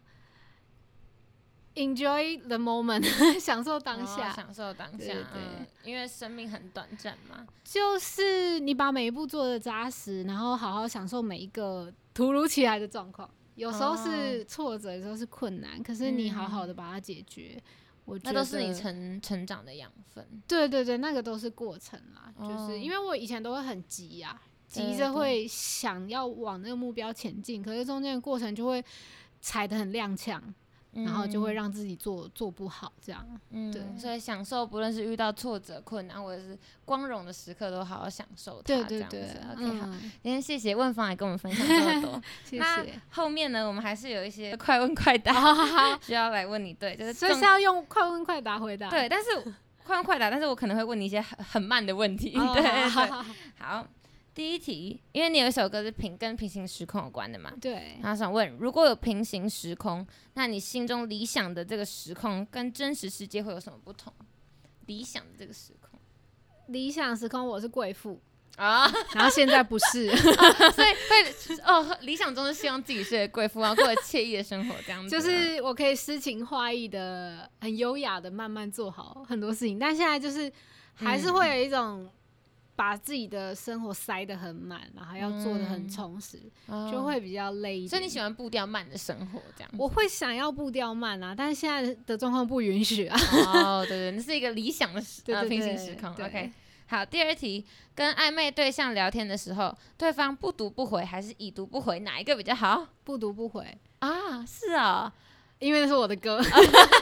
Speaker 2: ，enjoy the moment，享 *laughs* 受当
Speaker 1: 哦
Speaker 2: 下，
Speaker 1: 享受当下，
Speaker 2: 对对
Speaker 1: 嗯因为生命很短暂嘛。
Speaker 2: 就是你把每一步做的扎实，然后好好享受每一个突如其来的状况。有时候
Speaker 1: 哦
Speaker 2: 是挫折，有时候是困难，可是你好好的把它解决，我
Speaker 1: 嗯
Speaker 2: 觉
Speaker 1: 那
Speaker 2: 得
Speaker 1: 都是你成成长的养分。
Speaker 2: 对对对，那个都是过程啦，就
Speaker 1: 哦
Speaker 2: 是因为我以前都会很急啊，
Speaker 1: 对
Speaker 2: 急
Speaker 1: 对
Speaker 2: 着会想要往那个目标前进，可是中间的过程就会踩得很踉跄，然后就会让自己做做不好这样。
Speaker 1: 嗯，
Speaker 2: 对
Speaker 1: 嗯所以享受不论是遇到挫折、困难，或者是光荣的时刻，都好好享受它。
Speaker 2: 对对
Speaker 1: 这
Speaker 2: 对
Speaker 1: 样子 OK，好，
Speaker 2: 嗯，
Speaker 1: 今天谢谢问方来跟我们分享这么多。
Speaker 2: *laughs* 谢
Speaker 1: 那
Speaker 2: 谢。
Speaker 1: 后面呢，我们还是有一些快问快答
Speaker 2: *laughs*
Speaker 1: 需要来问你，对，就是
Speaker 2: 所以
Speaker 1: 重
Speaker 2: 是要用快问快答回答。
Speaker 1: 对，
Speaker 2: *laughs*
Speaker 1: 但是快问快答，但是我可能会问你一些很很慢的问题。*laughs*
Speaker 2: 哦，
Speaker 1: 对
Speaker 2: 好
Speaker 1: 对，
Speaker 2: 好好
Speaker 1: 好，第一题，因为你有一首歌是平跟平行时空有关的嘛，
Speaker 2: 对，
Speaker 1: 然后想问，如果有平行时空，那你心中理想的这个时空跟真实世界会有什么不同？理想的这个时空
Speaker 2: 理想时空我是贵妇，
Speaker 1: 啊，
Speaker 2: 然后现在不
Speaker 1: 嗯
Speaker 2: *laughs*
Speaker 1: *laughs*
Speaker 2: 是，
Speaker 1: 所以会哦，理想中是希望自己是个贵妇，然后过着惬意的生活，这样子
Speaker 2: 就
Speaker 1: 吗。
Speaker 2: 是我可以诗情画意的、很优雅的慢慢做好很多事情，但现在就是还是
Speaker 1: 嗯
Speaker 2: 会有一种把自己的生活塞得很满，然后要做的很充实，
Speaker 1: 哦
Speaker 2: 就会比较累
Speaker 1: 嗯
Speaker 2: 一点。
Speaker 1: 所以你喜？欢步调慢的生活这样子。
Speaker 2: 我会想要步调慢啊，但是现在的状况不允许啊。
Speaker 1: 哦，对对，那是一个理想的时
Speaker 2: 对
Speaker 1: 呃
Speaker 2: 对
Speaker 1: 平行
Speaker 2: 对
Speaker 1: 时空。
Speaker 2: 对
Speaker 1: OK，好，第二题，跟暧昧对象聊天的时候，对方不读不回还是已读不回，哪一个比较好
Speaker 2: 不读不回，
Speaker 1: 啊？是
Speaker 2: 哦
Speaker 1: 啊、
Speaker 2: 因为那是我的歌。
Speaker 1: *laughs*
Speaker 2: *laughs*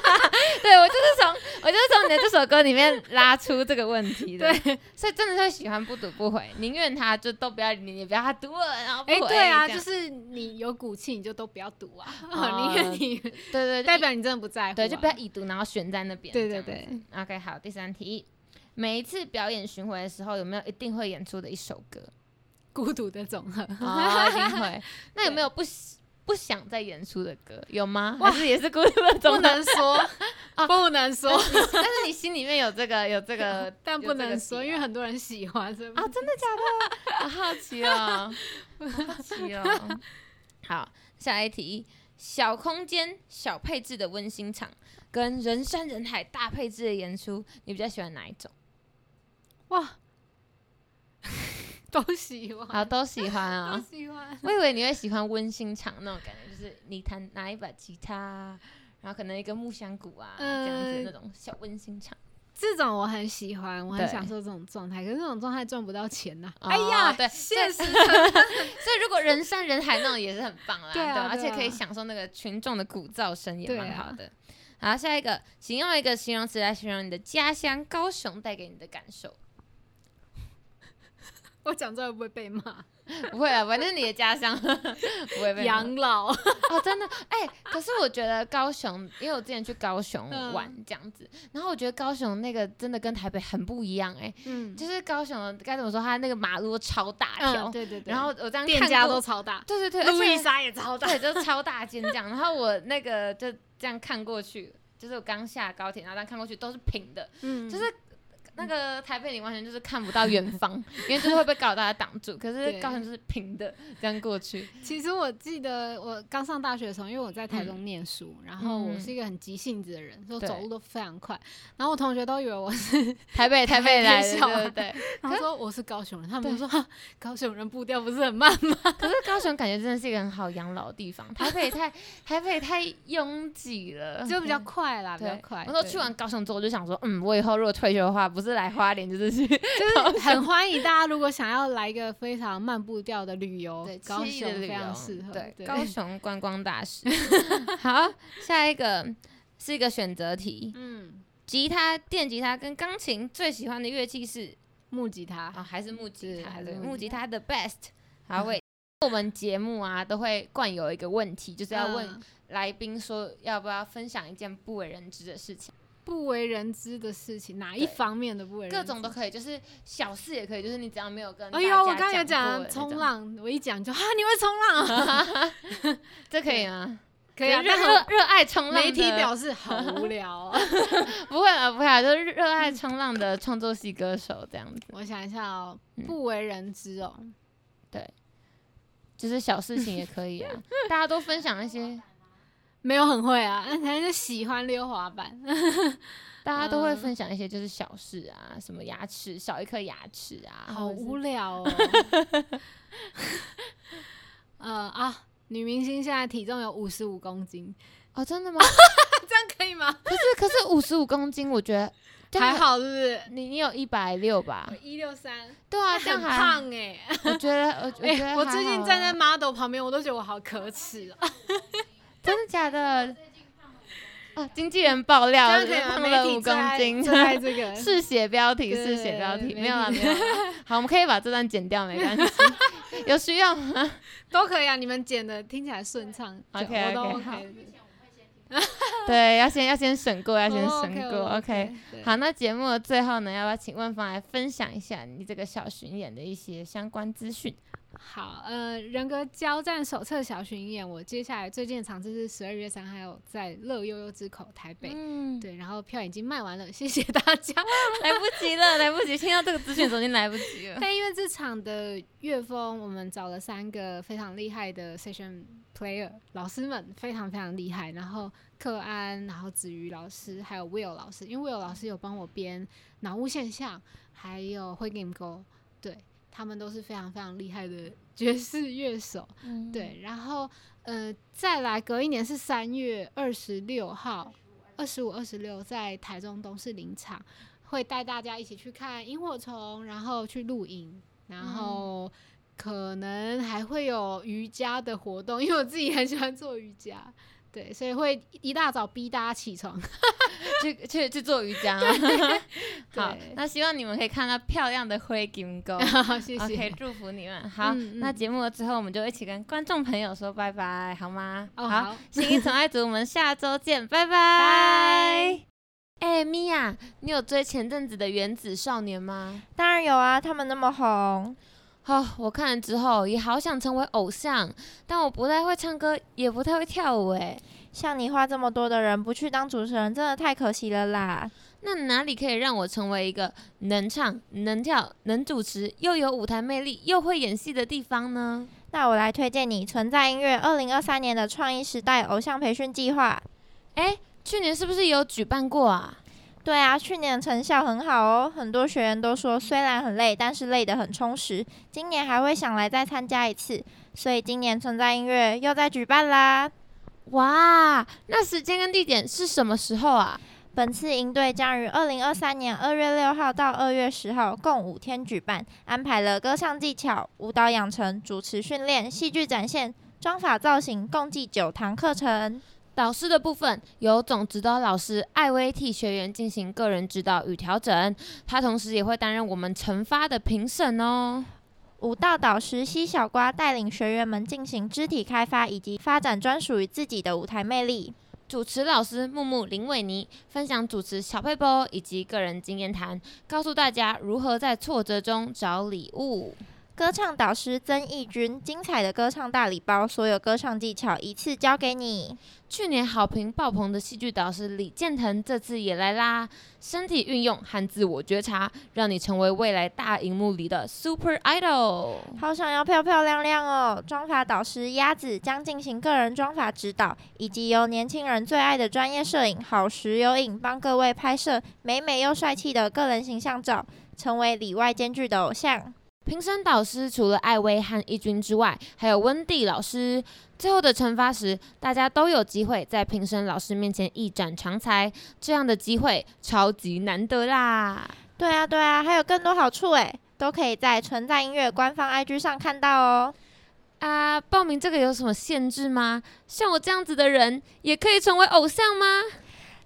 Speaker 1: 对我就是从我就是从你的这首歌里面拉出这个问题的。对， *laughs* 所以真的会喜欢不读不回，宁愿他就都不要理你，也不要他读了然后不
Speaker 2: 哎、
Speaker 1: 回。
Speaker 2: 对啊，
Speaker 1: 这
Speaker 2: 就
Speaker 1: 样
Speaker 2: 是你有骨气，你就都不要读啊，
Speaker 1: 哦
Speaker 2: 宁愿 *laughs* 你
Speaker 1: 对对，就
Speaker 2: 代
Speaker 1: 已
Speaker 2: 表你真的不在乎啊、
Speaker 1: 对，就不要已读，然后悬在那边。
Speaker 2: 对
Speaker 1: 这
Speaker 2: 对
Speaker 1: 样
Speaker 2: 对
Speaker 1: 子。OK，好，第三题。每一次表演巡回的时候，有没有一定会演出的一首歌？
Speaker 2: 孤独的总和。
Speaker 1: *laughs* 哦，一定会。 *laughs* 那有
Speaker 2: 对
Speaker 1: 没有不喜不想再演出的歌？有吗？
Speaker 2: 哇
Speaker 1: 还是也是孤独的
Speaker 2: 不
Speaker 1: 总
Speaker 2: 能 *laughs* 说，不能说，，
Speaker 1: 啊 *laughs* 但是你心里面有这个有这 *laughs* 个
Speaker 2: 但
Speaker 1: 有
Speaker 2: 不
Speaker 1: 这个
Speaker 2: 能
Speaker 1: 底
Speaker 2: 说，
Speaker 1: 啊
Speaker 2: 因为很多人喜欢，所以不
Speaker 1: 啊，真的假的？好 *laughs* 好奇哦，好好奇 *laughs* 哦。好，下一题。小空间、小配置的温馨场，跟人山人海大配置的演出，你比较喜欢哪一种？
Speaker 2: 哇， *laughs* 都喜欢，
Speaker 1: 好，都喜欢
Speaker 2: 都
Speaker 1: 啊、
Speaker 2: 喜欢。
Speaker 1: *laughs* 我以为你会喜欢温馨场那种感觉，就是你弹拿一把吉他，然后可能一个木箱鼓啊、这样子
Speaker 2: 呃
Speaker 1: 那种小温馨场。
Speaker 2: 这种我很喜欢，我很
Speaker 1: 对
Speaker 2: 享受这种状态，可是这种状态赚不到钱呐。
Speaker 1: 哦
Speaker 2: 哎呀，
Speaker 1: 对
Speaker 2: 现实层面
Speaker 1: 所以如果人山人海那种也是很棒啦，
Speaker 2: 对啊
Speaker 1: 吧而
Speaker 2: 对
Speaker 1: 且
Speaker 2: 啊
Speaker 1: 可以享受那个群众的鼓噪声，也
Speaker 2: 对
Speaker 1: 蛮
Speaker 2: 啊
Speaker 1: 好的。好，下一个，请用一个形容词来形容你的家乡高雄带给你的感受。
Speaker 2: *laughs* 我讲这会不会被骂？
Speaker 1: 不会啊，反正你的家乡 *laughs* 不会被骂
Speaker 2: 养老，
Speaker 1: *laughs* 哦，真的哎、可是我觉得高雄，因为我之前去高雄
Speaker 2: 嗯
Speaker 1: 玩这样子，然后我觉得高雄那个真的跟台北很不一样哎、
Speaker 2: 嗯，
Speaker 1: 就是高雄的该怎么说，它那个马路都超大条，
Speaker 2: 嗯，对对对，
Speaker 1: 然后我这样
Speaker 2: 店
Speaker 1: 看
Speaker 2: 家
Speaker 1: 过
Speaker 2: 都超大，
Speaker 1: 对对对，
Speaker 2: 路
Speaker 1: 而
Speaker 2: 易
Speaker 1: 且
Speaker 2: 莎也超大，
Speaker 1: 对，就是超大间这样。然后我那个就这样看过去，就是我刚下高铁，然后这样看过去都是平的，
Speaker 2: 嗯
Speaker 1: 就是那个台北你完全就是看不到远方， *laughs* 因为就是会被搞大家挡住。可是
Speaker 2: 对
Speaker 1: 高雄就是平的，这样过去。
Speaker 2: 其实我记得我刚上大学的时候，因为我在台中念书，然后我是一个
Speaker 1: 嗯
Speaker 2: 很急性子的人，所以我
Speaker 1: 对
Speaker 2: 走路都非常快。然后我同学都以为我是，
Speaker 1: 台北台北
Speaker 2: 北
Speaker 1: 来的，
Speaker 2: 小
Speaker 1: 对
Speaker 2: 孩
Speaker 1: 不对？
Speaker 2: 他们说我是高雄人，他们就说哈 *laughs* 高雄人步调不是很慢吗？
Speaker 1: 可是高雄感觉真的是一个很好养老的地方，台北
Speaker 2: *laughs*
Speaker 1: 太台北太拥挤了，
Speaker 2: 就比较快啦，
Speaker 1: 嗯
Speaker 2: 比
Speaker 1: 对。
Speaker 2: 较快。
Speaker 1: 我说
Speaker 2: 对
Speaker 1: 去完高雄之后，我就想说，嗯，我以后如果退休的话，不是来花莲 *laughs* 就是去
Speaker 2: 就是
Speaker 1: *laughs*
Speaker 2: 很欢迎大家，如果想要来一个非常慢步调的旅游
Speaker 1: 对，，
Speaker 2: 高
Speaker 1: 惬意的
Speaker 2: 雄
Speaker 1: 旅
Speaker 2: 非
Speaker 1: 游
Speaker 2: 常适合。
Speaker 1: 对，
Speaker 2: 对，
Speaker 1: 高雄观光大使。好，下一个是一个选择题，
Speaker 2: *laughs* 嗯，
Speaker 1: 吉他、电吉他跟钢琴最喜欢的乐器是
Speaker 2: 木吉他
Speaker 1: 啊，还是木吉
Speaker 2: 是
Speaker 1: 他？
Speaker 2: 还是
Speaker 1: 对，
Speaker 2: 木
Speaker 1: 木
Speaker 2: 吉
Speaker 1: 吉他的 best。好，喂， *laughs* 我们节目啊都会惯有一个问题，就是要问
Speaker 2: 嗯
Speaker 1: 来宾说要不要分享一件不为人知的事情，
Speaker 2: 不为人知的事情，哪
Speaker 1: 对
Speaker 2: 一方面的不为人知？
Speaker 1: 各种都可以，就是小事也可以，就是你只要没有跟大
Speaker 2: 哎
Speaker 1: 家
Speaker 2: 呦，我刚刚
Speaker 1: 讲过
Speaker 2: 有讲
Speaker 1: 的那
Speaker 2: 冲
Speaker 1: 种，
Speaker 2: 浪，我一讲就哈，你会冲浪 *laughs* 啊？
Speaker 1: 这可以吗？
Speaker 2: 可以啊，
Speaker 1: 热
Speaker 2: 但是我
Speaker 1: 热热爱冲浪的，
Speaker 2: 媒体表示好无聊、哦。
Speaker 1: *laughs* 不会啊，不会啊，就是热爱冲浪的创作系歌手这样子，
Speaker 2: 我想一下哦
Speaker 1: 嗯，
Speaker 2: 不为人知哦，
Speaker 1: 就是小事情也可以
Speaker 2: *laughs*
Speaker 1: 啊。大家都分享一些，
Speaker 2: 没有很会啊，但还是喜欢溜滑板。
Speaker 1: 哦大家都会分享一些就是小事啊，什么牙齿少一颗牙齿啊，
Speaker 2: *laughs* 嗯好
Speaker 1: *laughs* 或
Speaker 2: 哦
Speaker 1: 者是
Speaker 2: 无聊哦。呃啊，女明星现在体重有五十五公斤，
Speaker 1: 哦，真的吗？ *laughs*
Speaker 2: 这样可以吗？
Speaker 1: 可是可是五十五公斤，我觉得这样
Speaker 2: 还好，是不是？
Speaker 1: 你你有一百六吧？
Speaker 2: 一六三，
Speaker 1: 对啊，这样
Speaker 2: 很
Speaker 1: 还
Speaker 2: 胖哎、
Speaker 1: *laughs* 我觉得我我
Speaker 2: *laughs*
Speaker 1: 觉
Speaker 2: 哎、
Speaker 1: 得、啊
Speaker 2: 我最近站在，model 旁边，我都觉得我好可耻哦、
Speaker 1: 真的假的？ *laughs* 啊，经纪人爆料，
Speaker 2: 这样可以吗？
Speaker 1: 胖
Speaker 2: 媒
Speaker 1: 了
Speaker 2: 体
Speaker 1: 五
Speaker 2: 最爱
Speaker 1: 公斤，
Speaker 2: 最
Speaker 1: *laughs*
Speaker 2: 爱这个，
Speaker 1: 是写标题，
Speaker 2: 对
Speaker 1: 是写标题，
Speaker 2: 媒体
Speaker 1: 没有啦，啊没有啦。 *laughs* 好，我们可以把这段剪掉，没关系。 *laughs* 有需要 *laughs* 吗？
Speaker 2: 都可以啊。你们剪的听起来顺畅
Speaker 1: OK，OK，
Speaker 2: 我都
Speaker 1: 好
Speaker 2: OK 的。
Speaker 1: 对，要先要先审过，要先
Speaker 2: 哦
Speaker 1: 审
Speaker 2: ，OK，
Speaker 1: 过。
Speaker 2: 我
Speaker 1: OK，
Speaker 2: 对
Speaker 1: 好，那节目的最后呢，要不要请问方来分享一下你这个小巡演的一些相关资 *laughs* 讯？
Speaker 2: 好，呃，人格交战手册小巡演，我接下来最近的场次是十二月三号，有在乐悠悠之口台北。
Speaker 1: 嗯，
Speaker 2: 对，然后票已经卖完了，谢谢大家。
Speaker 1: 来不及了，来不及，听到这个资讯，已经来不及了。
Speaker 2: 但因为这场的乐风，我们找了三个非常厉害的 session player 老师们，非常非常厉害。然后克安，然后子瑜老师，还有 Will 老师，因为 Will 老师有帮我编脑雾现象，还有会给你勾，对他们都是非常非常厉害的 *laughs* 爵士乐手。
Speaker 1: 嗯，
Speaker 2: 对，然后呃，再来隔一年是三月二十六号、二十五、二十六，在台中东势林场会带大家一起去看萤火虫，然后去露营，然
Speaker 1: 嗯
Speaker 2: 后可能还会有瑜伽的活动，因为我自己很喜欢做瑜伽。对，所以会一大早逼大家起床。 *laughs*
Speaker 1: *laughs* 去去去做瑜伽。 *laughs* 好
Speaker 2: 对，
Speaker 1: 那希望你们可以看到漂亮的灰金 *laughs* 钩。
Speaker 2: 谢谢。
Speaker 1: OK，祝福你们。好，
Speaker 2: 嗯嗯
Speaker 1: 那节目的最后，我们就一起跟观众朋友说拜拜，好吗？
Speaker 2: 哦，好，
Speaker 1: 心意宠爱组，我们下周见，拜拜。哎，米娅，你有追前阵子的《原子少年》吗？
Speaker 3: 当然有啊，他们那么红，
Speaker 1: 哦，我看了之后也好想成为偶像，但我不太会唱歌，也不太会跳舞。哎，
Speaker 3: 像你花这么多的人不去当主持人，真的太可惜了啦。
Speaker 1: 那哪里可以让我成为一个能唱、能跳、能主持，又有舞台魅力，又会演戏的地方呢？
Speaker 3: 那我来推荐你存在音乐二零二三年的创意时代偶像培训计划。
Speaker 1: 哎，去年是不是有举办过啊？
Speaker 3: 对啊，去年成效很好哦，很多学员都说虽然很累，但是累得很充实。今年还会想来再参加一次，所以今年存在音乐又在举办啦。
Speaker 1: 哇，那时间跟地点是什么时候啊？
Speaker 3: 本次营队将于二零二三年二月六号到二月十号共五天举办，安排了歌唱技巧、舞蹈养成、主持训练、戏剧展现、妆发造型，共计九堂课程。
Speaker 1: 导师的部分由总指导老师艾薇替学员进行个人指导与调整，他同时也会担任我们惩罚的评审哦。
Speaker 3: 舞蹈导师西小瓜带领学员们进行肢体开发以及发展专属于自己的舞台魅力。
Speaker 1: 主持老师木木林伟妮分享主持小配包以及个人经验谈，告诉大家如何在挫折中找礼物。
Speaker 3: 歌唱导师曾义军精彩的歌唱大礼包，所有歌唱技巧一次教给你。
Speaker 1: 去年好评爆棚的戏剧导师李建腾这次也来啦！身体运用和自我觉察，让你成为未来大荧幕里的 Super Idol。
Speaker 3: 好想要漂漂亮亮哦！妆发导师鸭子将进行个人妆发指导，以及由年轻人最爱的专业摄影好时有影帮各位拍摄美美又帅气的个人形象照，成为里外兼具的偶像。
Speaker 1: 评审导师除了艾薇和义军之外，还有温蒂老师。最后的惩罚时，大家都有机会在评审老师面前一展长才，这样的机会超级难得啦！
Speaker 3: 对啊，对啊，还有更多好处诶，都可以在存在音乐官方 IG 上看到哦。
Speaker 1: 啊，报名这个有什么限制吗？像我这样子的人也可以成为偶像吗？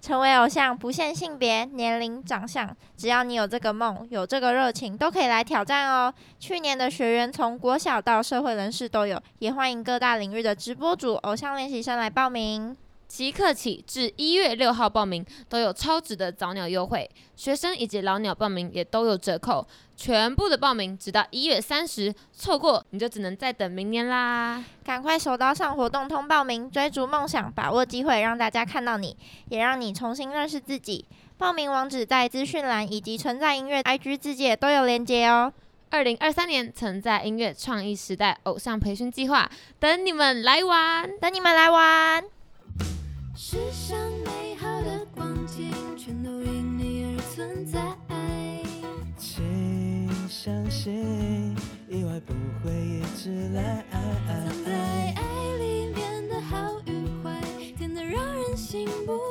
Speaker 3: 成为偶像不限性别、年龄、长相，只要你有这个梦、有这个热情，都可以来挑战哦。去年的学员从国小到社会人士都有，也欢迎各大领域的直播主、偶像练习生来报名。
Speaker 1: 即刻起至一月六号报名都有超值的早鸟优惠，学生以及老鸟报名也都有折扣，全部的报名直到一月三十，错过你就只能再等明年啦。
Speaker 3: 赶快手刀上活动通报名，追逐梦想，把握机会，让大家看到你，也让你重新认识自己。报名网址在资讯栏以及存在音乐 IG 字界都有连接哦。
Speaker 1: 二零二三年曾在音乐创意时代偶像培训计划等你们来玩。
Speaker 3: 等你们来玩。
Speaker 4: 世上美好的光景，全都因你而存在。
Speaker 5: 请相信，意外不会一直来。啊
Speaker 4: 藏在爱里
Speaker 3: 醒不啊